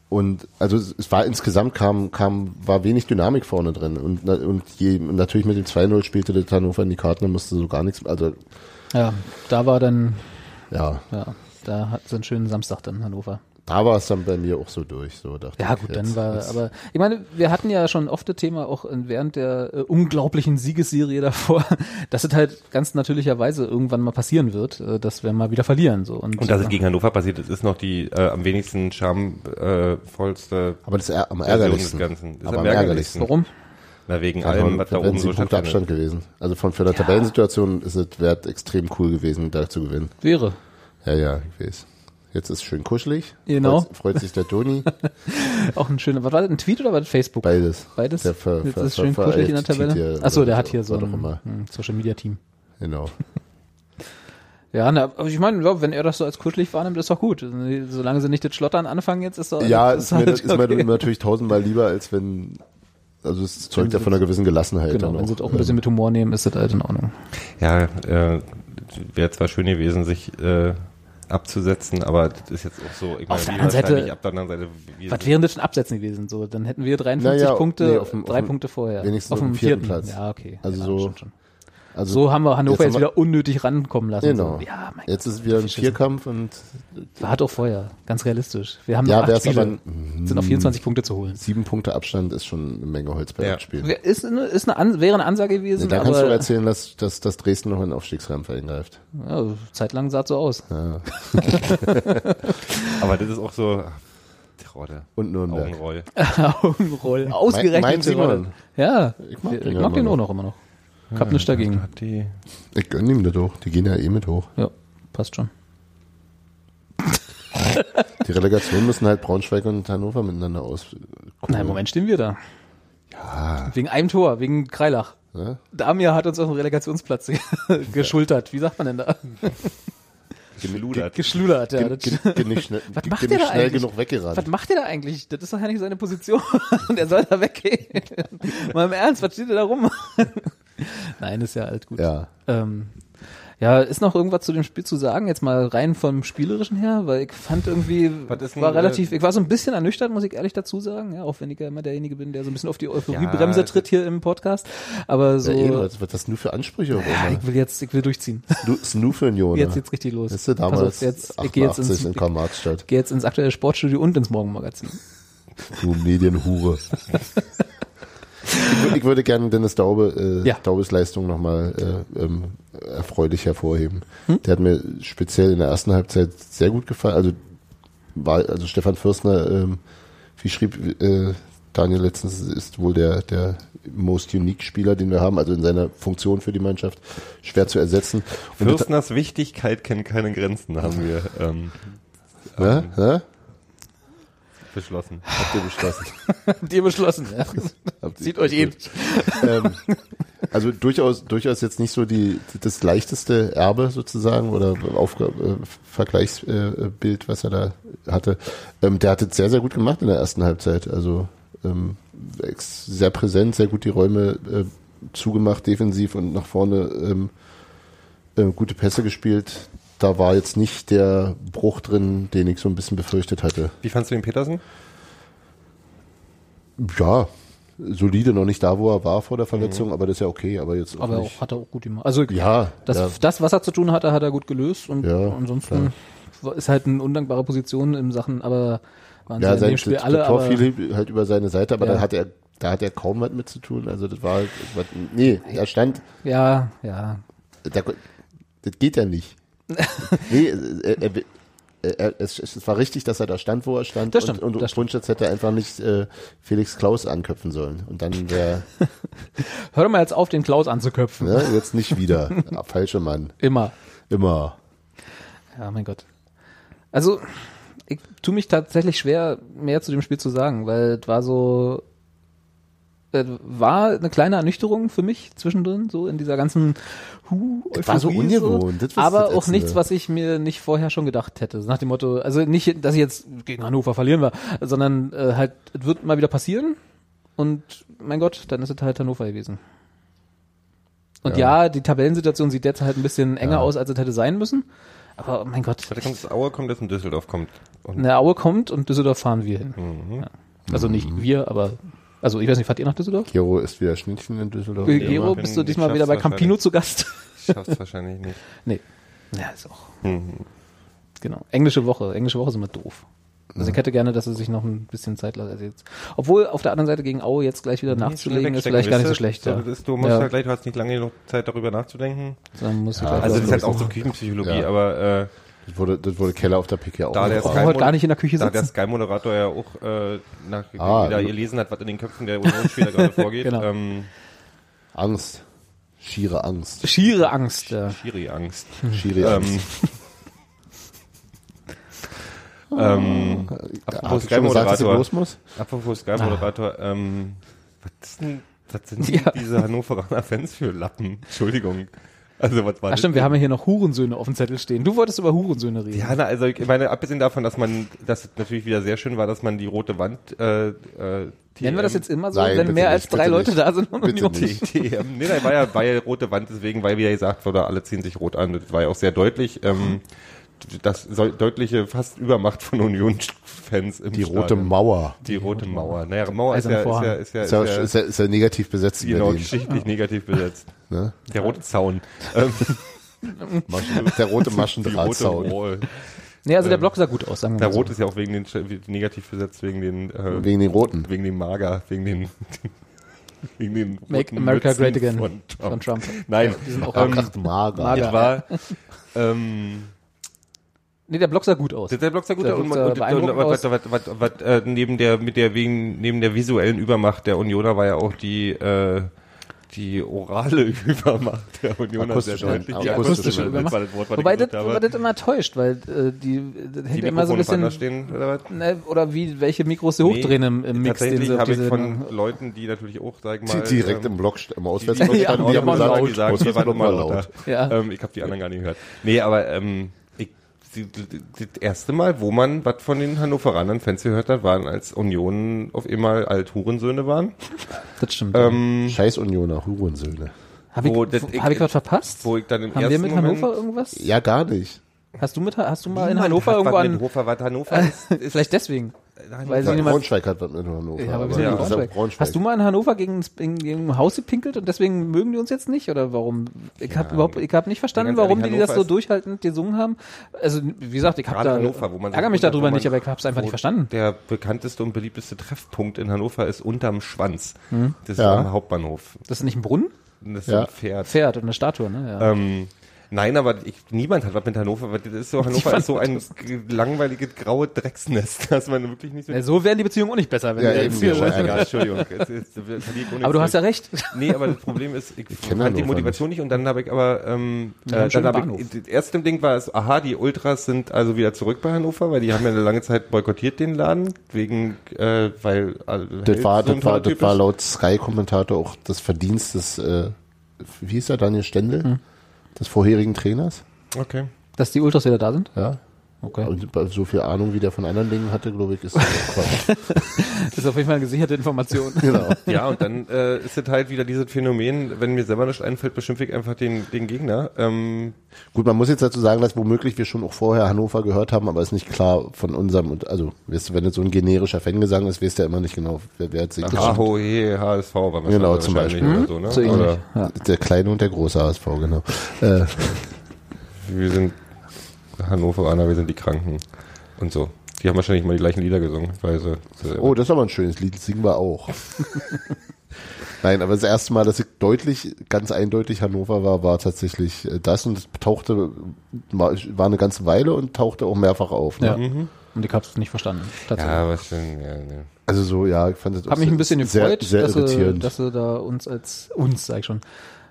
S2: Und also es es war insgesamt kam, kam, war wenig Dynamik vorne drin. Und, na- und je, und natürlich mit dem 2-0 spielte das Hannover in die Karten und musste so gar nichts, also
S1: Ja, da war dann,
S2: ja,
S1: ja, da hat so einen schönen Samstag dann Hannover.
S2: da war es dann bei mir auch so durch. So dachte
S1: Ja,
S2: ich,
S1: gut,
S2: jetzt-
S1: dann war,
S2: jetzt-
S1: aber ich meine, wir hatten ja schon oft das Thema auch in- während der äh, unglaublichen Siegesserie davor, dass es halt ganz natürlicherweise irgendwann mal passieren wird, äh, dass wir mal wieder verlieren so und,
S3: Und dass es
S1: äh,
S3: gegen Hannover passiert ist, ist noch die äh, am wenigsten schamvollste äh,
S2: aber das ist am
S3: Version des
S2: ärgerlichsten.
S3: Ganzen. Ist
S2: aber am ärgerlichsten.
S1: warum?
S3: Na, wegen
S2: Also
S3: allem, was da oben so
S2: Punkte
S3: stattfindet.
S2: Abstand gewesen. Also von für eine Tabellensituation ist es wert extrem cool gewesen, da zu gewinnen.
S1: Wäre.
S2: Ja, ja, ich weiß. Jetzt ist schön kuschelig.
S1: Genau.
S2: Freut, freut sich der Toni.
S1: Auch ein schöner, was war das, ein Tweet oder war das Facebook?
S2: Beides.
S1: Beides?
S2: Der ver,
S1: Jetzt
S2: ver,
S1: ist
S2: ver,
S1: schön kuschelig in der
S2: vereitelt
S1: Tabelle.
S2: hier
S1: Achso,
S2: oder
S1: der
S2: so,
S1: hat hier so
S2: war doch
S1: ein,
S2: äh, immer.
S1: ein Social Media Team.
S2: Genau.
S1: Ja, na, aber ich meine, ja, wenn er das so als kuschelig wahrnimmt, ist doch gut. Solange sie nicht das Schlottern anfangen jetzt, ist doch
S2: Ja,
S1: das
S2: ist mir,
S1: halt
S2: ist mir
S1: okay.
S2: natürlich tausendmal lieber, als wenn, also es zeugt ja von einer gewissen Gelassenheit.
S1: Genau,
S2: dann
S1: wenn sie
S2: auch.
S1: es auch ein bisschen mit Humor nehmen, ist das halt in Ordnung.
S3: Ja, äh, wäre zwar schön gewesen, sich äh, abzusetzen, aber das ist jetzt auch so. Ich
S1: Auf der
S3: wie
S1: anderen Seite-
S3: wahrscheinlich ab der anderen Seite. Wie
S1: Was wären das schon Absätzen gewesen? So, dann hätten wir 53
S2: Naja,
S1: Punkte,
S2: nee, auf dem-
S1: drei
S2: auf dem-
S1: Punkte vorher.
S2: wenigstens
S1: auf
S2: auf
S1: dem
S2: dem vierten Platz.
S1: Ja, okay.
S2: Also
S1: ja,
S2: so-
S1: stimmt schon.
S2: also,
S1: So haben wir Hannover jetzt,
S2: jetzt haben wir-
S1: wieder unnötig rankommen lassen.
S2: Genau.
S1: So, ja, mein
S2: jetzt ist es wieder ein Vierkampf und
S1: Gott, war doch vorher. Ganz realistisch. Wir haben
S2: Ja,
S1: noch acht
S2: wär's
S1: Spiele.
S2: aber-
S1: sind noch 24 Punkte zu holen.
S2: sieben Punkte Abstand ist schon eine Menge Holz bei
S3: Ja.
S2: dem Spiel.
S1: Ist eine, ist eine An wäre eine Ansage gewesen,
S2: Da kannst du
S1: aber
S2: erzählen, dass, dass, dass Dresden noch in den Aufstiegskampf eingreift.
S1: ja, zeitlang sah es so aus.
S3: aber das ist auch so. ach, Trolle.
S2: Und Nürnberg.
S3: Augenroll.
S1: Augenroll. Ausgerechnet.
S2: mein
S1: Simon.
S2: Simon.
S1: Ja, ich mag,
S2: mag den
S1: den,
S2: ja
S1: mag den
S2: immer
S1: auch noch immer noch. Ich hab nichts dagegen.
S3: Hat die.
S2: Ich gönn ihm das hoch. Die gehen ja eh mit hoch.
S1: Ja, passt schon.
S2: Die Relegation müssen halt Braunschweig und Hannover miteinander aus.
S1: Na,
S2: Mhm.
S1: im Moment stehen wir da. Ja. Wegen einem Tor, wegen Kreilach.
S2: Ne?
S1: Damir hat uns auf dem Relegationsplatz geschultert. Wie sagt man denn da?
S3: Geschludert.
S1: Geschludert, ja.
S2: Ge-
S1: Das,
S2: ge- ge- nicht schnell,
S1: was
S2: ge-
S1: macht
S2: ge-
S1: der
S2: nicht
S1: da
S2: schnell
S1: eigentlich?
S2: genug
S1: was
S2: weggerannt.
S1: macht der da eigentlich? Das ist doch gar nicht seine Position. der soll da weggehen. Mal im Ernst, was steht der da rum? Nein, ist ja alt gut.
S2: Ja.
S1: Ähm, ja, ist noch irgendwas zu dem Spiel zu sagen? Jetzt mal rein vom Spielerischen her, weil ich fand irgendwie,
S3: Was ist denn,
S1: war
S3: äh,
S1: relativ, ich war so ein bisschen ernüchtert, muss ich ehrlich dazu sagen, ja, auch wenn ich ja immer derjenige bin, der so ein bisschen auf die Euphoriebremse
S3: Ja,
S1: tritt hier im Podcast, aber so,
S2: Ja, eh,
S1: ja,
S2: was was das nur für Ansprüche?
S1: Also ich will jetzt, ich will durchziehen.
S2: Snoofen-Jona.
S1: Jetzt geht's richtig los.
S2: Weißt du,
S1: Pass
S2: damals
S1: auf, jetzt, ich gehe jetzt
S2: 88
S1: ins,
S2: in
S1: ich
S2: karl marx stadt
S1: gehe jetzt ins aktuelle Sportstudio und ins Morgenmagazin.
S2: Du Medienhure. ich, wür- ich würde gerne Dennis Daube, äh,
S1: Ja.
S2: Daubes Leistung nochmal äh, ähm, erfreulich hervorheben. Der hat mir speziell in der ersten Halbzeit sehr gut gefallen. Also, war, also Stefan Fürstner, ähm, wie schrieb äh, Daniel letztens, ist wohl der, der most unique Spieler, den wir haben, also in seiner Funktion für die Mannschaft, schwer zu ersetzen. Und das-
S3: Fürstners Wichtigkeit kennt keine Grenzen, haben wir ähm,
S2: ne? Ne?
S3: beschlossen.
S2: Habt ihr beschlossen.
S1: Habt ihr beschlossen, ja.
S2: Habt ihr-
S1: Sieht euch eh.
S2: ähm, also durchaus, durchaus jetzt nicht so die, das leichteste Erbe sozusagen oder Aufgabe, äh, Vergleichsbild, äh, Bild, was er da hatte. Ähm, der hat es sehr, sehr gut gemacht in der ersten Halbzeit. Also ähm, ex- sehr präsent, sehr gut die Räume äh, zugemacht, defensiv und nach vorne ähm, äh, gute Pässe gespielt. Da war jetzt nicht der Bruch drin, den ich so ein bisschen befürchtet hatte.
S3: Wie fandst du den Petersen?
S2: Ja, solide, noch nicht da, wo er war vor der Verletzung, aber das ist ja okay. Aber jetzt auch
S1: Mhm. Aber
S2: nicht.
S1: auch, hat er auch gut gemacht. Also,
S2: Ja,
S1: Das,
S2: ja.
S1: das, was er zu tun hatte, hat er gut gelöst und
S2: Ja,
S1: ansonsten ist halt eine undankbare Position im Sachen, aber waren
S2: ja
S1: sie in
S2: sein
S1: dem Spiel
S2: das
S1: alle, aber
S2: Tor fiel halt über seine Seite, aber
S1: Ja.
S2: da hat er da hat er kaum was mit zu tun. Also das war halt, was, nee, er stand
S1: ja, ja,
S2: da, das geht ja nicht. nee, äh, er, er, er, äh, es, es war richtig, dass er da stand, wo er stand.
S1: Das stimmt,
S2: und und
S1: das stimmt.
S2: Wunschitz hätte einfach nicht äh, Felix Klaus anköpfen sollen. Und dann wäre
S1: Hör doch mal jetzt auf, den Klaus anzuköpfen.
S2: ne, jetzt nicht wieder. Ah, falsche Mann.
S1: Immer.
S2: Immer.
S1: Ja, mein Gott. Also, ich tue mich tatsächlich schwer, mehr zu dem Spiel zu sagen, weil es war so. Es war eine kleine Ernüchterung für mich zwischendrin, so in dieser ganzen Hu,
S2: Es war so
S1: Euphorie,
S2: ungewohnt, das ist das
S1: aber auch
S2: Ätzende.
S1: nichts, was ich mir nicht vorher schon gedacht hätte. Nach dem Motto, also nicht, dass ich jetzt gegen Hannover verlieren war, sondern äh, halt, es wird mal wieder passieren. Und mein Gott, dann ist es halt Hannover gewesen. Und ja, die Tabellensituation sieht jetzt halt ein bisschen enger aus, als es hätte sein müssen. Aber oh mein Gott,
S3: Heute kommt das Aue, kommt jetzt in Düsseldorf, kommt. Und
S1: eine Aue kommt und Düsseldorf fahren wir hin.
S3: Mhm.
S1: Ja. Also nicht wir, aber also ich weiß nicht, fahrt ihr nach Düsseldorf?
S2: Gero ist wieder Schnittchen in Düsseldorf.
S1: Gero,
S3: immer.
S1: bist du
S3: Ich
S1: diesmal wieder
S3: schaff's
S1: bei Campino
S3: wahrscheinlich.
S1: zu Gast?
S3: schaffst wahrscheinlich nicht. Hm,
S1: nee. Ja, ist auch. Genau. Englische Woche. Englische Woche sind wir doof. Also ich hätte gerne, dass er sich noch ein bisschen Zeit lässt. Also jetzt, obwohl auf der anderen Seite gegen Aue jetzt gleich wieder nachzulegen, ist vielleicht gar nicht so schlecht.
S3: Ja.
S1: Ja.
S3: Das ist, du musst
S1: Ja.
S3: ja. gleich, du hast nicht lange genug Zeit, darüber nachzudenken.
S1: Dann muss ich
S2: Ja,
S1: gleich
S3: Also, das ist
S1: wieder-
S3: halt auch so Küchenpsychologie,
S2: Ja.
S3: aber äh,
S2: Das wurde, das wurde Keller auf der PK auch
S3: Da der
S2: gefragt.
S1: Brauchen wir heute gar nicht in der Küche
S3: da hat der
S1: sitzen.
S3: Sky-Moderator ja auch äh, nachgegangen,
S2: Ah,
S3: wieder
S2: also-
S3: gelesen hat, was in den Köpfen der Unionsspieler gerade vorgeht.
S1: Genau.
S3: Ähm,
S2: Angst. Schiere Angst.
S1: Schiere Angst. Ja.
S3: Also Schiri-Angst.
S2: Schiere
S3: ähm,
S2: Angst.
S1: Ah,
S3: ähm,
S2: Hast
S3: apropos
S2: du schon gesagt, dass ich
S3: Sky-Moderator.
S2: los muss?
S3: Apropos Sky-Moderator. Ähm, was, ist denn- was
S1: Ah.
S3: sind
S1: Ja.
S3: denn diese Hannoveraner Fans für Lappen? Entschuldigung. Also, was
S1: Ach
S3: war das?
S1: stimmt, wir haben ja hier noch Hurensöhne auf dem Zettel stehen. Du wolltest über Hurensöhne reden.
S3: Ja, na, also ich meine, abgesehen davon, dass man, dass es natürlich wieder sehr schön war, dass man die rote Wand äh, äh,
S1: Nennen wir das
S3: TM
S1: jetzt immer so,
S2: Nein,
S1: wenn
S2: bitte
S1: mehr als
S2: nicht,
S1: drei
S2: bitte
S1: Leute
S2: nicht.
S1: da sind und
S2: Bitte
S1: Union
S2: nicht.
S3: TM. Nee, da war ja, war ja rote Wand deswegen, weil wieder gesagt wurde, alle ziehen sich rot an. Das war ja auch sehr deutlich. Ähm, das soll, deutliche fast Übermacht von Union-Fans im
S2: Die rote
S3: Stadion.
S2: Mauer.
S3: Die rote Mauer. Naja, Mauer ist
S1: Eiserne
S3: ja, ist ja,
S1: Vorhang.
S3: ist
S2: Ist
S3: ja,
S2: ja,
S3: ist
S2: ist
S3: ja
S2: ja, ist ja negativ besetzt in
S3: genau
S2: Berlin.
S3: geschichtlich negativ besetzt.
S2: Ne?
S3: Der rote Zaun. Ähm,
S2: Maschen, der rote
S3: die rote
S2: Maschendrahtzaun.
S3: Wall.
S1: Nee, also der
S3: Ähm,
S1: Block sah gut aus, sagen wir
S3: Der
S1: mal so.
S3: rot ist ja auch wegen den, negativ besetzt, wegen den, äh,
S2: Wegen den roten.
S3: Wegen dem Mager, wegen den. wegen den
S1: Make
S3: roten
S1: America
S3: Mützen
S1: Great Again
S3: Von Trump.
S1: von Trump.
S3: Nein,
S1: auch
S3: ähm,
S2: Ach, mager.
S1: Mager.
S3: das war. Ähm,
S1: Nee, der Block sah gut aus.
S3: das ist der Block sehr gut
S1: Der
S3: und, und,
S1: sieht, äh,
S3: und, und
S1: beeindruckend
S3: was, was, was, was, was äh, neben der mit der wegen neben der visuellen Übermacht der Unioner war ja auch die äh, die orale Übermacht der Unioner sehr
S2: Akustische,
S3: deutlich.
S2: ja,
S3: Die
S2: akustische
S3: Übermacht. war das Wort, was
S1: Wobei
S3: ich
S1: das,
S3: gesucht
S1: wobei
S3: habe.
S1: das immer täuscht, weil äh, die, das
S3: die
S1: hängt immer so ein
S3: Mikrofone
S1: bisschen,
S3: woanders stehen oder was?
S1: ne, oder wie, welche Mikros sie hochdrehen im, im Mix, den
S3: Tatsächlich
S1: sie auf
S3: habe ich
S1: diese,
S3: von Leuten, die natürlich auch, sag ich mal,
S2: Direkt
S3: ähm,
S2: im Block, st- im
S3: Die, die, die,
S2: Auswärtsblock
S3: die,
S1: Ja,
S2: standen,
S1: die
S2: die
S1: haben waren
S2: haben gesagt,
S1: laut.
S3: gesagt, die waren
S2: Auswärtsblock
S3: immer
S2: war
S3: lauter.
S2: laut.
S1: Ja.
S3: Ähm, ich habe die anderen gar nicht gehört. Nee, aber ähm, ich, die, die, das erste Mal, wo man was von den Hannoveranern Fans gehört hat, waren als Union auf einmal Althurensöhne waren.
S1: das stimmt.
S3: Ähm,
S2: Scheiß Unioner, Hurensöhne.
S1: habe ich,
S3: wo das-
S1: hab ich was verpasst?
S3: wo ich dann im
S1: Haben
S3: ersten
S1: wir mit
S3: Moment,
S1: Hannover irgendwas?
S2: Ja, gar nicht.
S1: Hast du mit, hast du mal in
S3: Niemand
S1: Hannover
S3: hat
S1: irgendwo
S3: was mit
S1: an,
S3: Hannover, was Hannover ist, ist
S1: vielleicht deswegen.
S3: Hannover.
S1: Weil sie
S2: Ja,
S1: niemand-
S2: Braunschweig hat was mit Hannover.
S1: Ja, aber wir
S2: aber
S1: sind
S3: ja,
S1: in
S2: das ist auch
S1: Braunschweig. Hast du mal in Hannover gegen, gegen, gegen ein Haus gepinkelt und deswegen mögen die uns jetzt nicht? Oder warum? Ich habe überhaupt, ich habe nicht verstanden,
S3: Ganz ehrlich,
S1: warum die, die das so
S3: Hannover ist-
S1: durchhaltend gesungen haben. Also, wie gesagt, ich habe
S3: Gerade
S1: da,
S3: Hannover, wo man
S1: ärgere mich
S3: sagt,
S1: darüber
S3: wo man-
S1: nicht, aber ich habe es einfach
S3: wo
S1: nicht verstanden.
S3: Der bekannteste und beliebteste Treffpunkt in Hannover ist unterm Schwanz.
S1: Hm.
S3: Das
S2: Ja.
S3: ist am Hauptbahnhof.
S1: Das ist nicht ein Brunnen?
S3: Das ist
S2: Ja.
S3: ein Pferd.
S1: Pferd und eine Statue, ne? Ja.
S3: Ähm, nein, aber ich, niemand hat was mit Hannover. weil Das ist so, Hannover ist so ein g- langweiliges graue Drecksnest, dass man wirklich nicht so.
S1: Ja, Äh, so wären die Beziehungen auch nicht besser, wenn
S2: Ja,
S1: wir
S2: eben,
S1: jetzt
S2: wir
S1: hier,
S2: wollen
S1: ne?
S3: ja, Entschuldigung. Es ist- es ist- es ist-
S1: Aber du hast ja recht.
S3: Nee, aber das Problem ist, ich,
S2: kenn
S3: fand die
S2: Hannover
S3: Motivation nicht. und dann habe ich aber, ähm,
S1: haben
S3: äh,
S1: einen schönen
S3: dann habe ich,
S1: Bahnhof.
S3: das erste Ding war es, aha, die Ultras sind also wieder zurück bei Hannover, weil die haben ja eine lange Zeit boykottiert den Laden, wegen, äh, weil, äh,
S2: Das war, das, war, das
S3: typisch-
S2: war laut Sky-Kommentator auch das Verdienst des, äh, wie hieß er, Daniel Stendel, des vorherigen Trainers.
S3: Okay.
S1: Dass die Ultras wieder da sind?
S2: Ja.
S1: Okay.
S2: Und bei so viel Ahnung, wie der von anderen Dingen hatte, glaube ich, ist das auch Quatsch.
S1: Das ist auf jeden Fall eine gesicherte Information.
S2: Genau.
S3: Ja, und dann äh, ist das halt wieder dieses Phänomen, wenn mir selber nicht einfällt, beschimpfe ich einfach den, den Gegner. Ähm,
S2: Gut, man muss jetzt dazu sagen, dass womöglich wir schon auch vorher Hannover gehört haben, aber ist nicht klar von unserem, und also, weißt du, wenn jetzt so ein generischer Fangesang ist, weißt du ja immer nicht genau, wer, wer hat sich
S3: Aho, he, HSV, war man
S2: Genau, zum
S3: wahrscheinlich
S2: Beispiel.
S3: Oder so, ne?
S1: Mhm. So ähnlich.
S3: oder
S1: Ja.
S2: Der kleine und der große HSV, genau. Äh,
S3: wir sind Hannoveraner, wir sind die Kranken und so. Die haben wahrscheinlich mal die gleichen Lieder gesungen. äh, Weil sie, sie
S2: Oh, das ist aber ein schönes Lied, das singen wir auch. Nein, aber das erste Mal, dass ich deutlich, ganz eindeutig Hannover war, war tatsächlich äh, das und es tauchte, war war eine ganze Weile und tauchte auch mehrfach auf. Ne?
S1: Ja. Und ich hab's nicht verstanden. Tatsächlich.
S3: Mhm. ja, was denn? Ja, ne.
S2: Also so, ja, ich fand das
S1: Hab mich ein bisschen
S2: sehr,
S1: gefreut,
S2: sehr
S1: dass, sie,
S2: irritierend.
S1: dass sie da uns als, uns sag ich schon,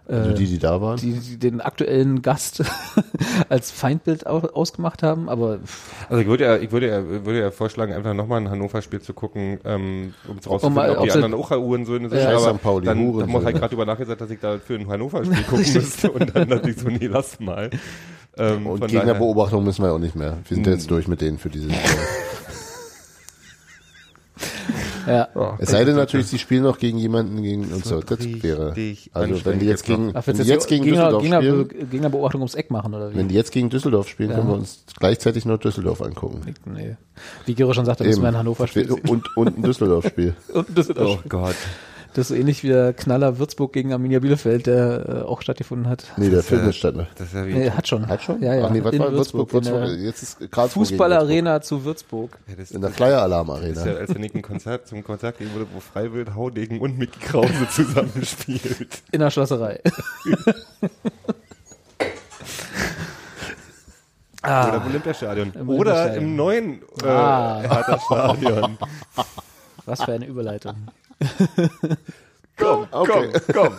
S2: also die, die da waren.
S1: die, die den aktuellen Gast als Feindbild au- ausgemacht haben, aber pff,
S3: Also ich würde ja, ich würde ja, würde ja vorschlagen, einfach nochmal ein Hannover-Spiel zu gucken, ähm, um zu
S1: um
S3: rauszufinden,
S1: mal-
S3: ob, die
S1: ob sie-
S3: anderen auch Hurensöhne sind.
S2: Ja.
S3: aber
S2: Scheiß St. Pauli,
S3: dann, dann
S2: Hurensöhne.
S3: muss halt gerade über nachgesagt, dass ich da für ein Hannover-Spiel gucken
S1: Richtig.
S3: müsste und dann natürlich so, nee, lass mal. Ähm,
S2: und
S3: von daher-
S2: Gegnerbeobachtung müssen wir auch nicht mehr. Wir
S1: Hm.
S2: sind jetzt durch mit denen für diese Saison.
S1: ja.
S2: Es sei denn natürlich, sie spielen noch gegen jemanden gegen uns. So, das wäre.
S3: richtig
S2: Also wenn
S3: anstrengend
S2: die jetzt
S3: jetzt noch.
S2: gegen,
S1: Ach,
S2: wenn
S1: willst
S2: die
S1: du
S2: jetzt gegen
S1: Gegner,
S2: Düsseldorf
S1: Gegner,
S2: spielen,
S1: Gegnerbeobachtung ums Eck machen oder wie?
S2: wenn die jetzt gegen Düsseldorf spielen, können wir uns gleichzeitig nur Düsseldorf angucken.
S1: nee. Wie Gero schon sagte, müssen wir in Hannover
S2: Wir-
S1: spielen.
S2: Und, und ein Düsseldorf-Spiel.
S1: Und das,
S3: Oh Gott.
S1: das ist ähnlich wie der Knaller Würzburg gegen Arminia Bielefeld, der äh, auch stattgefunden hat.
S2: Nee, der findet statt. Ne?
S3: Das ist ja wie,
S1: Nee, hat schon.
S2: Hat schon?
S1: Ja, ja.
S2: Ach nee, was
S1: In genau.
S2: war Würzburg?
S1: in
S2: Würzburg,
S1: der
S2: Jetzt ist Karlsruhe gegen Würzburg.
S1: Fußballarena zu Würzburg.
S3: ja, das,
S2: In
S3: das
S2: der Flyer-Alarm-Arena.
S1: Ne?
S3: ist ja, als der Nick ein Konzert, zum Konzert gehen wurde, wo Freiwild, Haudegen und Mickey Krause zusammenspielt.
S1: In der Schlosserei.
S3: Oder im Olympiastadion.
S1: Ah. Im
S3: Oder
S1: Olympiastadion.
S3: im neuen äh,
S1: Ah.
S3: Hertha-Stadion.
S1: Was für eine Überleitung.
S2: Komm, okay.
S3: komm.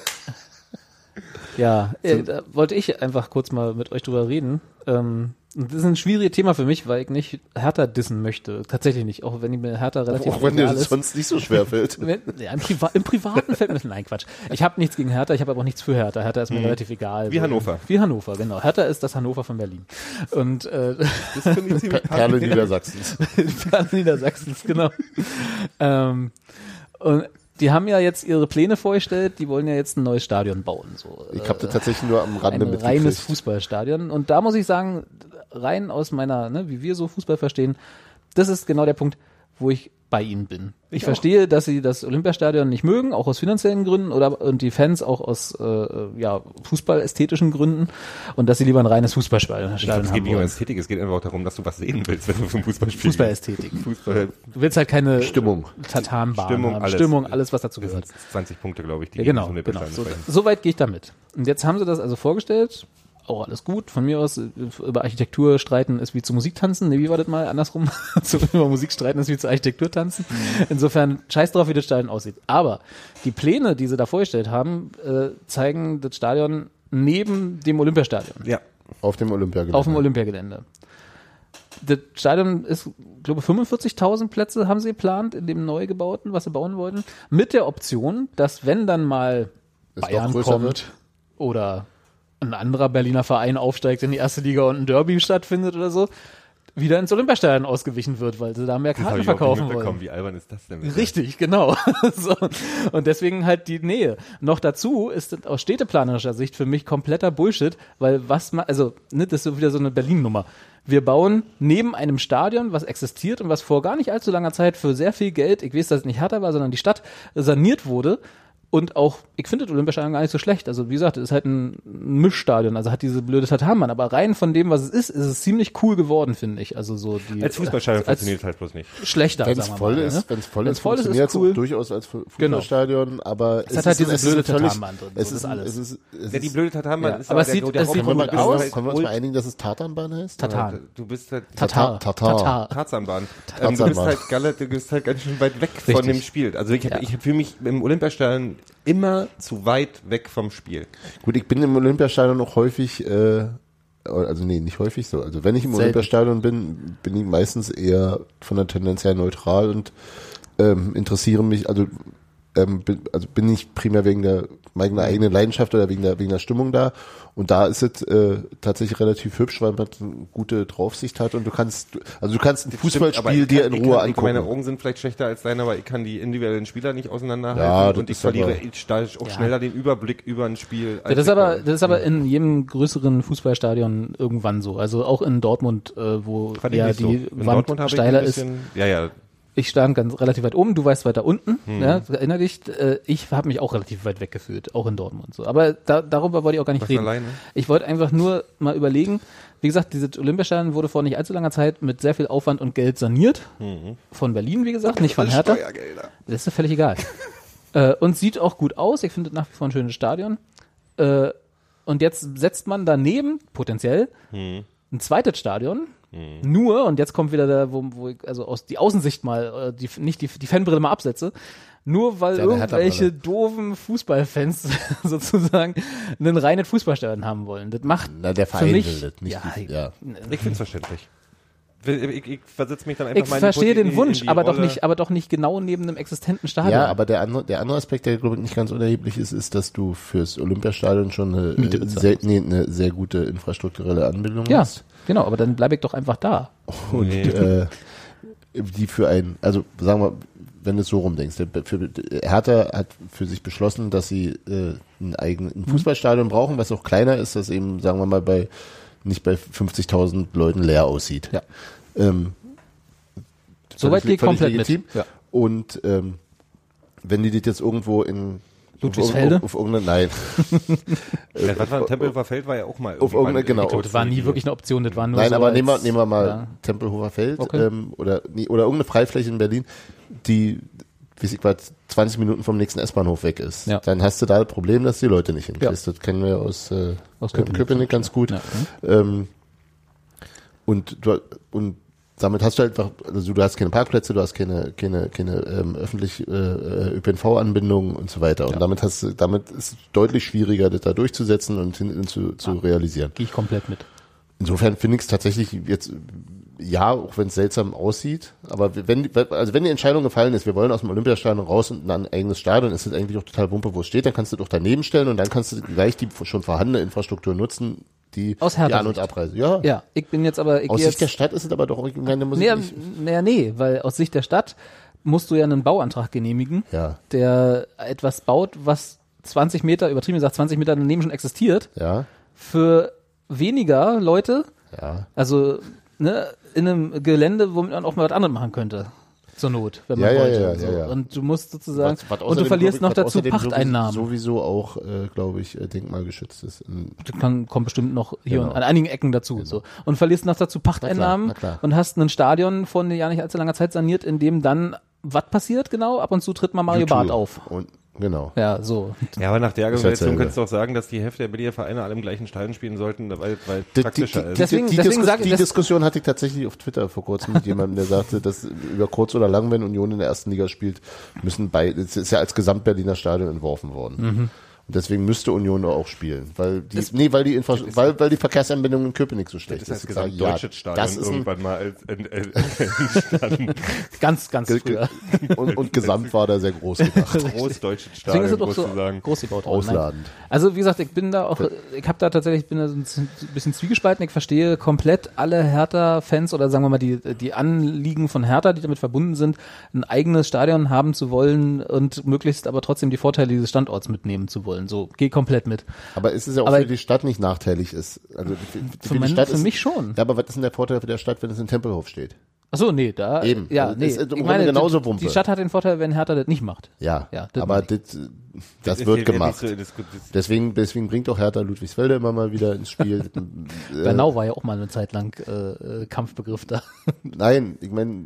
S1: Ja, äh, da wollte ich einfach kurz mal mit euch drüber reden. Ähm, und das ist ein schwieriges Thema für mich, weil ich nicht Hertha dissen möchte. Tatsächlich nicht, auch wenn mir Hertha relativ
S2: Auch wenn dir
S1: egal
S2: das
S1: ist.
S2: sonst nicht so schwer fällt.
S1: Wenn- Ja, im, Priva Im Privaten fällt mir das. Nein, Quatsch. Ich habe nichts gegen Hertha, ich habe aber auch nichts für Hertha. Hertha
S2: Mhm.
S1: ist mir relativ egal.
S3: Wie Hannover.
S1: Wie Hannover, genau. Hertha ist das Hannover von Berlin. Und äh,
S3: Das finde ich ziemlich
S2: Perle Niedersachsens.
S1: Fern Niedersachsens, genau. ähm, und die haben ja jetzt ihre Pläne vorgestellt, die wollen ja jetzt ein neues Stadion bauen. So. äh,
S2: Ich habe das tatsächlich nur am Rande
S1: ein reines
S2: mitgekriegt.
S1: Fußballstadion. Und da muss ich sagen, rein aus meiner, ne, wie wir so Fußball verstehen, das ist genau der Punkt, wo ich bei ihnen bin. Ich, verstehe, dass sie das Olympiastadion nicht mögen, auch aus finanziellen Gründen oder und die Fans auch aus äh, ja, fußballästhetischen Gründen und dass sie lieber ein reines Fußballstadion
S3: Ich
S1: Stadion
S3: glaub, es geht
S1: haben
S3: nicht um
S1: wollen.
S3: Ästhetik, es geht einfach darum, dass du was sehen willst, wenn du vom Fußball spielst.
S1: Fußballästhetik.
S3: Fußball,
S1: Du willst halt keine
S2: Stimmung.
S1: Tatanbahn
S3: Stimmung,
S1: haben.
S3: alles.
S1: Stimmung, alles, was dazu
S3: das sind
S1: gehört.
S3: 20 Punkte, glaube ich, die
S1: Ja,
S3: gegen
S1: genau,
S3: so eine
S1: genau.
S3: Bestandung
S1: So,
S3: sprechen.
S1: so weit gehe ich damit. Und jetzt haben sie das also vorgestellt. Auch alles gut. Von mir aus, äh, über Architektur streiten ist wie zu Musik tanzen. Nee, wie war das mal? Andersrum. zu, über Musik streiten ist wie zu Architektur tanzen. Insofern, scheiß drauf, wie das Stadion aussieht. Aber die Pläne, die sie da vorgestellt haben, äh, zeigen das Stadion neben dem Olympiastadion.
S3: Ja.
S2: Auf dem Olympiagelände.
S1: Auf dem Olympiagelände. Das Stadion ist, glaube ich, 45.000 Plätze haben sie geplant in dem neu gebauten, was sie bauen wollten. Mit der Option, dass wenn dann mal
S2: Es noch
S1: Bayern
S2: größer
S1: kommt
S2: wird.
S1: oder ein anderer Berliner Verein aufsteigt in die erste Liga und ein Derby stattfindet oder so, wieder ins Olympiastadion ausgewichen wird, weil sie da mehr
S3: Das hab
S1: Karten
S3: ich auch nicht
S1: verkaufen
S3: mitbekommen.
S1: wollen.
S3: Wie albern ist das denn? bitte?
S1: Richtig, genau. so. Und deswegen halt die Nähe. Noch dazu ist das aus städteplanerischer Sicht für mich kompletter Bullshit, weil was man, also, ne, das ist so wieder so eine Berlin-Nummer. Wir bauen neben einem Stadion, was existiert und was vor gar nicht allzu langer Zeit für sehr viel Geld, ich weiß, dass es nicht härter war, sondern die Stadt saniert wurde. Und auch, ich finde das Olympiastadion gar nicht so schlecht. Also, wie gesagt, es ist halt ein Mischstadion, also hat diese blöde Tatanbahn. Aber rein von dem, was es ist, ist es ziemlich cool geworden, finde ich. Also, so die. äh,
S3: Als Fußballstadion
S1: als-
S3: funktioniert es halt bloß nicht.
S1: schlechter.
S2: Wenn es
S1: sagen wir
S2: voll
S1: mal, ne?
S2: ist, wenn es voll
S1: Wenn's
S2: ist,
S1: voll ist,
S2: funktioniert
S1: ist cool. Genau.
S2: es auch durchaus als Fu- Fußballstadion, aber es,
S1: hat halt
S2: ist ein-
S1: diese
S2: es ist ein
S1: blöde
S2: völlig-
S1: Tatanbahn drin, so,
S2: Es
S1: das
S2: ist ein-
S1: alles.
S2: es ist, es
S3: Ja, die
S2: ist,
S3: blöde Tatanbahn
S1: Ja,
S3: ist
S1: aber
S3: aber
S1: es sieht-
S3: der, der
S1: es sieht
S2: können, wir,
S1: gut
S2: können,
S1: aus.
S2: wir, können wir uns mal einigen, dass es Tatanbahn heißt?
S1: Tatan.
S3: Du bist halt
S1: Tatar.
S2: Tatar.
S1: Tatar.
S3: Tarzanbahn. Ähm, du,
S2: Tarzanbahn.
S3: bist halt, galle- du bist halt ganz schön weit weg von
S1: Richtig.
S3: dem Spiel. Also ich, hab-
S1: Ja.
S3: ich fühle mich im Olympiastadion immer zu weit weg vom Spiel.
S2: Gut, ich bin im Olympiastadion noch häufig, äh, also nee, nicht häufig so. Also wenn ich im
S1: Selten.
S2: Olympiastadion bin, bin ich meistens eher von der Tendenz her neutral und ähm, interessiere mich, also ähm, bin, also bin ich primär wegen der meiner eigenen Leidenschaft oder wegen der wegen der Stimmung da und da ist es äh, tatsächlich relativ hübsch, weil man eine gute Draufsicht hat und du kannst also du kannst ein
S3: aber ich
S2: Fußballspiel
S3: kann-
S2: dir in
S3: ich
S2: Ruhe
S3: kann, Meine
S2: angucken.
S3: Augen sind vielleicht schlechter als deine, aber ich kann die individuellen Spieler nicht auseinanderhalten
S2: Ja, das
S3: und ich
S2: ist aber-
S3: verliere ich dadurch auch
S1: Ja.
S3: schneller den Überblick über ein Spiel. als
S1: Das ist,
S3: ich-
S1: aber, das ist aber in jedem größeren Fußballstadion irgendwann so. Also auch in Dortmund, äh, wo
S3: Fand ich
S1: ja
S3: nicht so.
S1: die
S3: In
S1: Wand
S3: Dortmund habe ich
S1: steiler
S3: ein
S1: ist.
S3: bisschen, Ja, ja.
S1: Ich stand ganz relativ weit oben, du weißt weiter unten.
S3: Hm.
S1: Ja, erinner dich, äh, ich habe mich auch relativ weit weg gefühlt, auch in Dortmund. So. Aber da, darüber wollte ich auch gar nicht
S3: Warst
S1: reden.
S3: alleine?
S1: Ich wollte einfach nur mal überlegen, wie gesagt, dieses Olympiastadion wurde vor nicht allzu langer Zeit mit sehr viel Aufwand und Geld saniert.
S3: Mhm.
S1: Von Berlin, wie gesagt, nicht von Hertha.
S2: Steuergelder.
S1: Das ist ja völlig egal. äh, und sieht auch gut aus. Ich finde nach wie vor ein schönes Stadion. Äh, und jetzt setzt man daneben, potenziell,
S2: Hm.
S1: ein zweites Stadion. Nur, und jetzt kommt wieder da, wo, wo ich also aus die Außensicht mal, äh, die, nicht die, die Fanbrille mal absetze, nur weil
S2: Deine
S1: irgendwelche
S2: Hertha-Brille.
S1: doofen Fußballfans sozusagen einen reinen Fußballstadion haben wollen. Das macht
S2: Na, der
S1: für
S2: Verein
S1: mich,
S2: will das, nicht
S1: ja,
S2: die- ja.
S3: Ich finde es verständlich. Ich, ich versetze mich dann einfach
S1: Ich
S3: mal in die
S1: verstehe
S3: Posi- in
S1: den
S3: die
S1: Wunsch, aber doch
S3: Rolle.
S1: nicht, aber doch nicht genau neben einem existenten Stadion.
S2: Ja, aber der andere, der andere Aspekt, der glaube ich nicht ganz unerheblich ist, ist, dass du fürs Olympiastadion schon eine,
S1: Miete
S2: äh,
S1: bezahlen
S2: sehr, nee, eine sehr gute infrastrukturelle Anbindung
S1: ja,
S2: hast.
S1: genau, aber dann bleibe ich doch einfach da.
S2: Und
S3: Nee.
S2: äh, die für ein, also sagen wir, wenn du es so rumdenkst, der, für, Hertha hat für sich beschlossen, dass sie äh, ein eigenes
S1: Mhm.
S2: ein Fußballstadion brauchen, was auch kleiner ist, das eben, sagen wir mal, bei nicht bei 50.000 Leuten leer aussieht.
S1: Ja.
S2: Ähm,
S1: Soweit gehe
S2: völlig-
S1: ich komplett
S2: völlig legitim.
S1: mit. Ja.
S2: Und ähm, wenn die das jetzt irgendwo in
S1: Ludwigsfelde?
S2: auf, auf, auf irgendeine, nein,
S3: Ja, was war, Tempelhofer Feld war ja auch mal
S2: Auf
S3: irgendwann-
S2: irgendeine- genau.
S3: Ich glaub,
S1: Oh, Das war nie wirklich eine Option, das war nur
S2: Nein,
S1: so
S2: aber
S1: als-
S2: nehmen wir, nehmen wir mal
S1: Ja.
S2: Tempelhofer Feld
S1: Okay.
S2: ähm, oder, nee, oder irgendeine Freifläche in Berlin, die weiß ich was, 20 Minuten vom nächsten S-Bahnhof weg ist.
S1: Ja.
S2: Dann hast du da das Problem, dass die Leute nicht hinkriegst. Das kennen wir aus, äh,
S1: Aus
S2: Köpenick,
S1: Köpenick.
S2: ganz gut.
S1: Ja. Mhm.
S2: Ähm, und du, und damit hast du halt einfach, also du hast keine Parkplätze, du hast keine, keine, keine ähm, öffentlich äh, ÖPNV-Anbindungen und so weiter. Und damit hast du, damit ist es deutlich schwieriger, das da durchzusetzen und hin, hin zu, zu realisieren.
S1: Gehe ich komplett mit.
S2: Insofern finde ich es tatsächlich jetzt, ja, auch wenn es seltsam aussieht, aber wenn, also wenn die Entscheidung gefallen ist, wir wollen aus dem Olympiastadion raus und ein eigenes Stadion, ist es eigentlich auch total wumpe, wo es steht, dann kannst du doch daneben stellen und dann kannst du gleich die schon vorhandene Infrastruktur nutzen, die,
S1: Aus
S2: die
S1: Hertha-
S2: An- und Abreise. Ja,
S1: Ja, ich bin jetzt aber, ich
S2: aus
S1: gehe
S2: Sicht der
S1: jetzt,
S2: Stadt ist es aber doch, ich meine, muss
S1: nee,
S2: ich nicht,
S1: nee, nee, weil aus Sicht der Stadt musst du ja einen Bauantrag genehmigen,
S2: ja,
S1: der etwas baut, was 20 Meter, übertrieben gesagt, 20 Meter daneben schon existiert,
S2: ja,
S1: für weniger Leute,
S2: ja.
S1: also, ne, in einem Gelände, womit man auch mal was anderes machen könnte. Zur Not, wenn man
S2: Ja, ja,
S1: wollte.
S2: ja,
S1: so.
S2: ja, ja.
S1: Und du musst sozusagen,
S2: Was- was
S1: und du
S2: außerdem,
S1: verlierst
S2: glaub
S1: noch
S2: ich, was
S1: dazu
S2: außerdem sowieso-
S1: Pachteinnahmen.
S2: Sowieso auch, äh, glaube ich, äh, denkmalgeschützt ist. In,
S1: Das kann, kommt bestimmt noch hier
S2: Genau.
S1: und an einigen Ecken dazu. So. Und verlierst noch dazu Pachteinnahmen
S2: Na klar, na klar.
S1: und hast ein Stadion von ja nicht allzu langer Zeit saniert, in dem dann, was passiert genau? Ab und zu tritt mal Mario
S2: YouTube.
S1: Barth auf.
S2: Und, genau.
S1: Ja, so.
S3: Ja, aber nach der Argumentation
S2: dasselbe.
S3: kannst du auch sagen, dass die Hälfte der Berliner Vereine alle im gleichen Stadion spielen sollten, weil, weil
S2: Die-
S3: praktischer
S2: die,
S3: ist.
S2: die,
S1: Deswegen-
S2: die, die,
S1: deswegen
S2: Diskus-
S1: sage ich,
S2: die
S1: das-
S2: Diskussion hatte ich tatsächlich auf Twitter vor kurzem mit jemandem, der sagte, dass über kurz oder lang, wenn Union in der ersten Liga spielt, müssen beide, es ist ja als Gesamtberliner Stadion entworfen worden.
S1: Mhm.
S2: Und deswegen müsste Union auch spielen, weil die, nee, weil die, Infra weil, weil die Verkehrsanbindung in Köpenick so schlecht
S3: Das heißt
S2: ist. Ich
S3: gesagt,
S2: sage, ja,
S3: deutsches Stadion
S2: das ist ein,
S3: irgendwann mal als, äh, äh,
S1: Ganz, ganz
S2: Ge-
S1: früher.
S2: ge- und, und gesamt war da sehr groß gedacht.
S3: groß deutsches
S1: Deswegen
S3: Stadion
S1: ist es auch so
S3: sozusagen.
S1: groß gebaut. worden.
S2: Ausladend.
S1: Nein. Also wie gesagt, ich bin da auch, ich habe da tatsächlich, bin da so ein bisschen- ein bisschen zwiegespalten. Ich verstehe komplett alle Hertha-Fans oder sagen wir mal die, die Anliegen von Hertha, die damit verbunden sind, ein eigenes Stadion haben zu wollen und möglichst aber trotzdem die Vorteile dieses Standorts mitnehmen zu wollen. So, geh komplett mit.
S2: Aber es ist ja auch
S1: Aber-
S2: für die Stadt nicht nachteilig ist. Also für, für, die
S1: mein-
S2: Stadt
S1: für
S2: ist,
S1: mich schon.
S2: Ja, aber was ist denn der Vorteil für der Stadt, wenn es in Tempelhof steht?
S1: Ach so, nee, da.
S2: Eben.
S1: Ja,
S2: Also
S1: nee.
S2: es ist im
S1: ich
S2: Grunde
S1: meine,
S2: genauso
S1: die,
S2: Wumpe.
S1: die Stadt hat den Vorteil, wenn Hertha das nicht macht.
S2: Ja,
S1: Ja, das
S2: aber
S1: meine
S2: das, das wird
S3: ist ja
S2: gemacht.
S3: nicht so- das- das-
S2: Deswegen, deswegen bringt auch Hertha Ludwigsfelde immer mal wieder ins Spiel. Äh,
S1: Bernau war ja auch mal eine Zeit lang äh, äh, Kampfbegriff da.
S2: Nein, ich meine,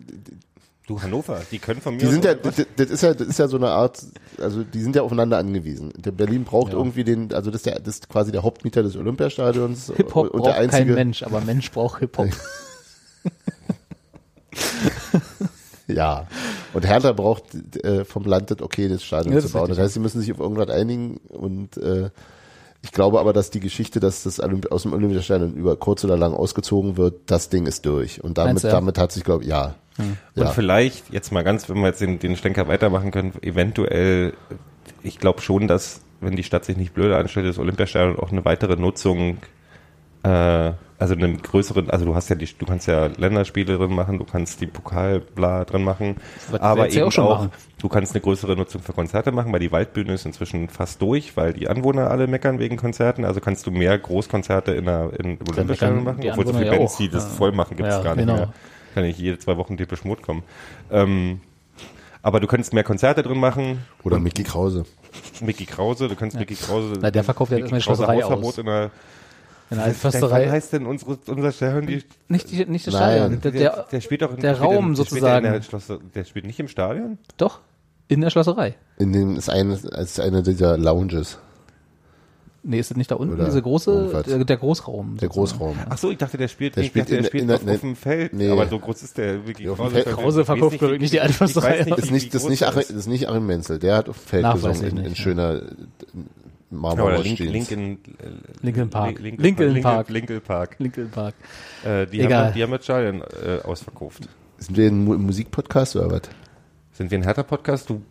S3: Du Hannover, die können von mir
S2: die sind
S3: aus-
S2: ja, das das ist ja, das ist ja so eine Art, also die sind ja aufeinander angewiesen. Der Berlin braucht
S1: Ja.
S2: irgendwie den, also das ist, der, das ist quasi der Hauptmieter des Olympiastadions
S1: Hip-Hop
S2: und der
S1: braucht kein
S2: einzige.
S1: Mensch, aber Mensch braucht Hip-Hop.
S2: Ja. Und Hertha braucht äh, vom Land das okay, das Stadion
S1: Ja, das
S2: zu
S1: ist
S2: bauen. Das heißt, sie müssen sich auf irgendwas einigen und äh, ich glaube aber, dass die Geschichte, dass das Olymp aus dem Olympiastadion über kurz oder lang ausgezogen wird, das Ding ist durch. Und damit,
S1: Meinst du, Hm. ja?
S2: damit hat sich, glaube ich, ja.
S3: Und
S2: ja.
S3: vielleicht, jetzt mal ganz, wenn wir jetzt den, den Schlenker weitermachen können, eventuell, ich glaube schon, dass, wenn die Stadt sich nicht blöde anstellt, das Olympiastadion auch eine weitere Nutzung, äh, also einen größeren, also du hast ja die, du kannst ja Länderspiele drin machen, du kannst die Pokalbla drin machen,
S1: Was wir
S3: aber
S1: jetzt ja
S3: eben auch,
S1: auch schon machen.
S3: du kannst eine größere Nutzung für Konzerte machen, weil die Waldbühne ist inzwischen fast durch, weil die Anwohner alle meckern wegen Konzerten, also kannst du mehr Großkonzerte in der, in im Olympiastadion
S1: meckern
S3: machen,
S1: die
S3: obwohl so
S1: Anwohner
S3: viele
S1: ja
S3: Bands,
S1: auch.
S3: die das
S1: Ja.
S3: voll machen, gibt es
S1: Ja,
S3: gar nicht
S1: genau.
S3: mehr kann ich jede zwei Wochen Depeche Mode kommen. Ähm, aber du könntest mehr Konzerte drin machen.
S2: Oder Mickey Krause.
S3: Mickey Krause, du kannst Mickey Krause.
S1: Na, der verkauft ja
S3: Mickey
S1: erstmal die
S3: Krause
S1: Schlosserei
S3: Hausverbot
S1: aus.
S3: in der
S1: In der
S3: Wann
S1: Alpförsterei.
S3: heißt denn unsere, unser Stadion? Die,
S1: Nicht, die, nicht das
S2: Nein.
S1: Stadion. Der,
S3: der,
S1: der,
S3: der spielt doch in,
S1: der
S3: spielt in-
S1: Raum
S3: der spielt
S1: sozusagen.
S3: in der, Schloss- der spielt nicht im Stadion?
S1: doch, in der Schlosserei.
S2: In dem ist eine, ist eine dieser Lounges,
S1: Nee, ist das nicht da unten?
S2: Oder
S1: Diese große,
S2: irgendwas.
S1: der, der Großraum.
S2: der
S1: sozusagen.
S2: Großraum.
S3: Ach so, ich dachte, der spielt,
S2: Der
S3: ich
S2: spielt
S3: dachte,
S2: in-
S3: der spielt
S2: in-
S3: auf,
S2: in-
S3: auf dem Feld.
S2: nee.
S3: Aber so groß ist der wirklich.
S2: Nee, auf dem
S3: Krause-
S2: Feld.
S3: Krause-
S1: Krause
S3: ich weiß
S1: verkauft
S3: nicht, wie-
S1: nicht die
S3: ich weiß
S1: Alpha-Reihe.
S3: nicht,
S2: Das ist
S3: wie
S2: nicht, das ist
S3: groß
S2: nicht,
S3: der
S2: Ach, das ist nicht Achim Menzel, der hat auf dem Feld
S1: Nachweislich
S2: gesungen, in, in
S1: nicht, ja.
S2: schöner äh,
S3: Ja, oder Link,
S2: Marmorjeans.
S3: Lincoln,
S1: Lincoln Park.
S3: Lincoln,
S1: Lincoln Park.
S3: Lincoln Park.
S1: Lincoln Park.
S3: Äh, die,
S1: Egal.
S3: Haben, die haben das Stadion äh, ausverkauft.
S2: Sind wir ein Mu- Musikpodcast oder was?
S3: Sind wir ein härter Podcast? Du,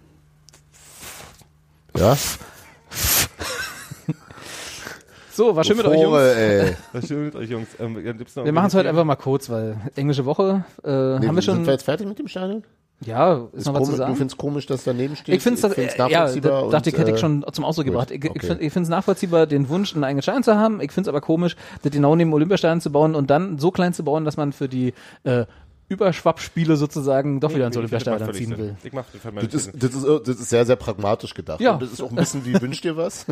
S2: Ja?
S1: So, war schön mit euch,
S2: Bevor, äh,
S1: Jungs.
S2: Ey.
S3: was stimmt mit euch, Jungs? Ähm, ja, gibt's noch
S1: Wir machen es heute
S3: irgendwie-
S1: einfach mal kurz, weil englische Woche äh,
S2: Nee,
S1: haben wir
S2: Sind
S1: schon.
S2: wir jetzt fertig mit dem Stadion?
S1: ja, ist, noch was zu
S2: komisch, du
S1: sagen.
S2: findest komisch, dass daneben steht?
S1: Ich finde es ja, da- dachte ich,
S2: äh,
S1: hätte ich schon zum Ausdruck
S2: gut,
S1: gebracht. Ich, ich
S2: okay.
S1: find- ich finde es nachvollziehbar, den Wunsch, einen eigenen Stadion zu haben. Ich finde es aber komisch, das genau neben dem Olympiastadion zu bauen und dann so klein zu bauen, dass man für die äh, Überschwappspiele sozusagen doch wieder ins
S3: Nee, ich finde, das macht
S1: Olympiastadion
S3: völlig
S1: ziehen
S3: Sinn.
S1: will.
S3: Ich mach den Fall mal
S2: Das ist,
S3: nicht.
S2: das, ist, das ist sehr, sehr pragmatisch gedacht.
S1: Ja.
S2: Und das ist auch ein bisschen wie wünscht dir was.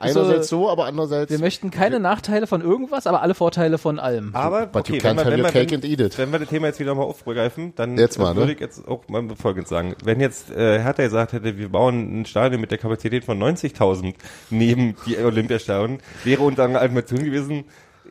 S2: Einerseits so, aber andererseits.
S1: Also, Wir möchten keine Nachteile von irgendwas, aber alle Vorteile von allem.
S3: aber
S2: But you
S3: okay, wenn,
S2: can't
S3: wir,
S2: have
S3: wenn,
S2: your
S3: wir,
S2: cake and
S3: wenn,
S2: eat it.
S3: wenn wir das Thema jetzt wieder mal aufgreifen, dann
S2: Jetzt mal,
S3: würde
S2: ne?
S3: ich jetzt auch mal Folgendes sagen. Wenn jetzt äh, Hertha gesagt hätte, wir bauen ein Stadion mit der Kapazität von 90.000 neben die Olympiastadion, wäre unsere Argumentation gewesen,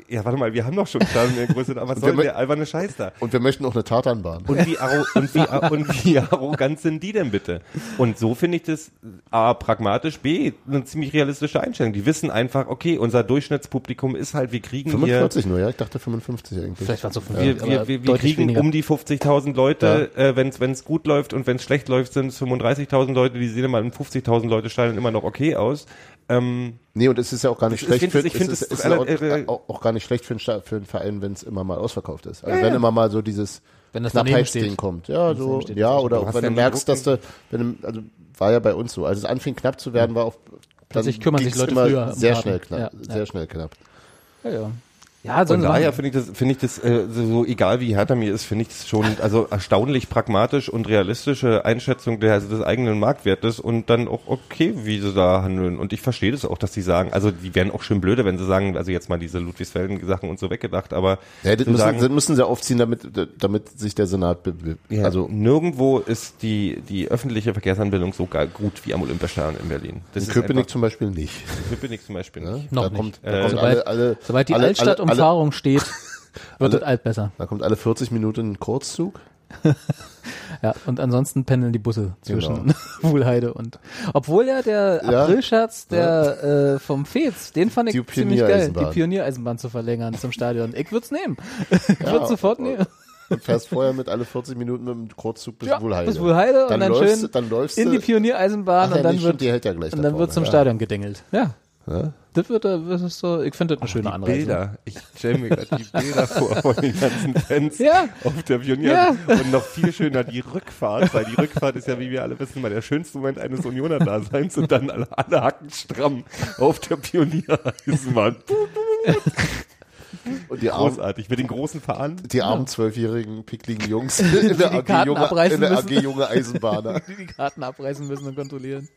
S3: ja warte mal, wir haben doch schon ein Stadion in der Größe, aber was soll
S2: wir
S3: denn der alberne Scheiß da?
S2: Und wir möchten auch eine Tatanbahn.
S3: Und wie, arro und, wie, ar- und wie arrogant sind die denn bitte? Und so finde ich das A, pragmatisch, B, eine ziemlich realistische Einstellung. Die wissen einfach, okay, unser Durchschnittspublikum ist halt, wir kriegen hier,
S2: 45 nur, ja? Ich dachte 55 eigentlich.
S1: Vielleicht waren es so fünf,
S3: wir,
S1: aber
S3: wir, wir, wir
S1: deutlich
S3: kriegen
S1: weniger.
S3: um die 50.000 Leute, äh, wenn es gut läuft und wenn es schlecht läuft, sind es 35.000 Leute, die sehen immer in 50.000 Leute steilen immer noch okay aus. Ähm,
S2: Nee, und es ist ja auch gar nicht
S3: Ich
S2: schlecht
S3: find-
S2: für,
S3: ich find,
S2: es ist,
S3: das
S2: ist
S3: ist
S2: ja auch,
S3: relativ-
S2: auch, auch gar nicht schlecht für einen, Sta- für einen Verein, wenn es immer mal ausverkauft ist. Also wenn immer mal so dieses
S1: Wenn das daneben
S2: Knappheitsding
S1: steht.
S2: kommt. Ja, so,
S1: daneben steht,
S2: ja,
S1: das
S2: oder
S3: Du
S2: auch
S3: hast
S2: wenn du
S3: ja einen
S2: merkst, dass
S3: Druck.
S2: du, wenn du, also war ja bei uns so. Als es anfing knapp zu werden, war auch dann
S1: Plötzlich kümmern sich
S2: ging's
S1: Leute
S2: immer
S1: früher im
S2: sehr
S1: Laden.
S2: schnell knapp,
S1: Ja, ja.
S2: sehr schnell knapp.
S1: Ja, ja. ja sollen
S3: Von
S1: sie
S3: daher
S1: machen.
S3: finde ich das, finde ich das äh, so, so egal wie härter mir ist, finde ich das schon also erstaunlich pragmatisch und realistische Einschätzung der, also des eigenen Marktwertes und dann auch okay, wie sie da handeln. Und ich verstehe das auch, dass sie sagen, also die wären auch schön blöde, wenn sie sagen, also jetzt mal diese Ludwigsfelden-Sachen und so weggedacht, aber
S2: Ja, das
S3: zu
S2: müssen,
S3: sagen,
S2: das müssen sie aufziehen, damit, damit sich der Senat, be, be,
S3: ja, also
S2: also
S3: nirgendwo ist die, die öffentliche Verkehrsanbindung so ga- gut wie am Olympiastadion in Berlin. Das
S2: in Köpenick
S3: einfach-
S2: zum Beispiel nicht.
S3: Köpenick zum Beispiel.
S2: Ne?
S3: Nicht.
S1: Noch
S2: da
S1: nicht.
S2: kommt,
S3: Äh,
S2: da kommt
S1: Sobald-
S2: alle, alle,
S1: Sobald die
S2: alle, alle, alle,
S1: Altstadtumfahrung steht, wird das alt besser.
S2: da kommt alle 40 Minuten ein Kurzzug.
S1: Ja, und ansonsten pendeln die Busse zwischen
S2: Genau.
S1: Wuhlheide und. Obwohl ja der
S2: Ja.
S1: Aprilscherz der äh, vom Fez, den fand ich
S2: Die
S1: ziemlich geil, die
S2: Pioniereisenbahn.
S1: Pioniereisenbahn zu verlängern zum Stadion. Ich würde es nehmen. Ich würd's
S2: Ja,
S1: sofort
S2: und-
S1: nehmen.
S2: Und fährst vorher mit alle 40 Minuten mit dem Kurzzug bis
S1: Ja,
S2: Wuhlheide.
S1: bis Wuhlheide
S2: dann
S1: und dann
S2: läufst,
S1: schön
S2: dann läufst
S1: In die
S2: du-
S1: Pioniereisenbahn
S2: Ach ja,
S1: und dann
S2: nee, stimmt,
S1: wird
S2: die hält ja gleich
S1: und
S2: da
S1: dann
S2: vorne,
S1: wird zum
S2: ja.
S1: Stadion gedingelt. Ja.
S2: Ja?
S1: Das wird, äh, das ist so, ich finde das eine schöne Anreise.
S3: Bilder. Ich stelle mir gerade die Bilder vor von den ganzen Fans
S1: Ja.
S3: auf der Pionier.
S1: Ja.
S3: Und noch viel schöner die Rückfahrt, weil die Rückfahrt ist ja, wie wir alle wissen, mal der schönste Moment eines Unioner-Daseins und dann alle, alle hacken stramm auf der Pioniereisenbahn.
S2: Und die armen,
S3: Großartig. Mit den großen Fahnen.
S2: die armen zwölfjährigen, pickligen Jungs in der AG
S1: Karten
S2: junge,
S1: abreißen
S2: in der AG
S1: müssen.
S2: junge Eisenbahner.
S1: Die die Karten abreißen müssen und kontrollieren.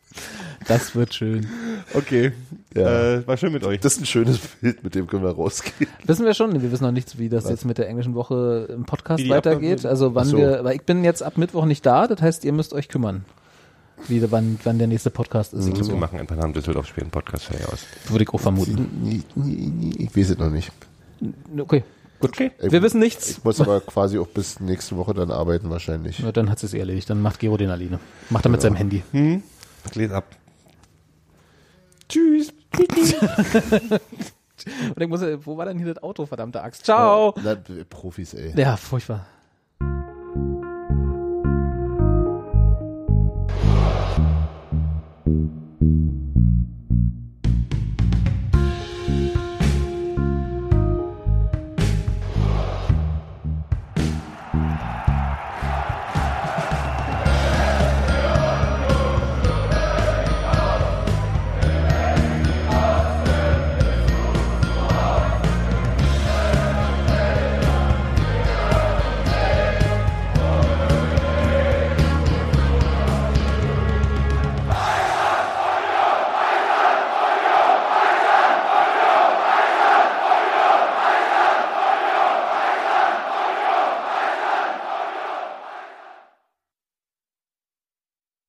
S1: Das wird schön.
S3: Okay.
S2: Ja.
S3: Äh, war schön mit euch.
S2: Das ist ein schönes Bild, mit dem können wir rausgehen.
S1: Wissen wir schon, wir wissen noch nichts, wie das jetzt mit der englischen Woche im
S3: Wie
S1: Podcast
S3: die
S1: weitergeht.
S3: Abläufe-
S1: Also wann
S2: Ach so.
S1: wir, weil ich bin jetzt ab Mittwoch nicht da, das heißt, ihr müsst euch kümmern. Wie, wann, wann der nächste Podcast ist. und
S3: Wir
S1: So.
S3: machen ein paar Namen Düsseldorf spielen Podcast hier aus.
S1: Würde ich auch vermuten.
S2: Ich weiß es noch nicht.
S1: Okay.
S3: Gut. Okay.
S1: Wir wissen nichts.
S2: Ich muss aber quasi auch bis nächste Woche dann arbeiten wahrscheinlich.
S1: Na, dann hat sie es erledigt. Dann macht Gero den alleine. Macht er mit seinem Handy.
S3: Ich lese ab. Tschüss.
S1: Und ich muss, äh, wo war denn hier das Auto, verdammte Axt? Ciao!
S2: Na, Profis, ey.
S1: Ja, furchtbar.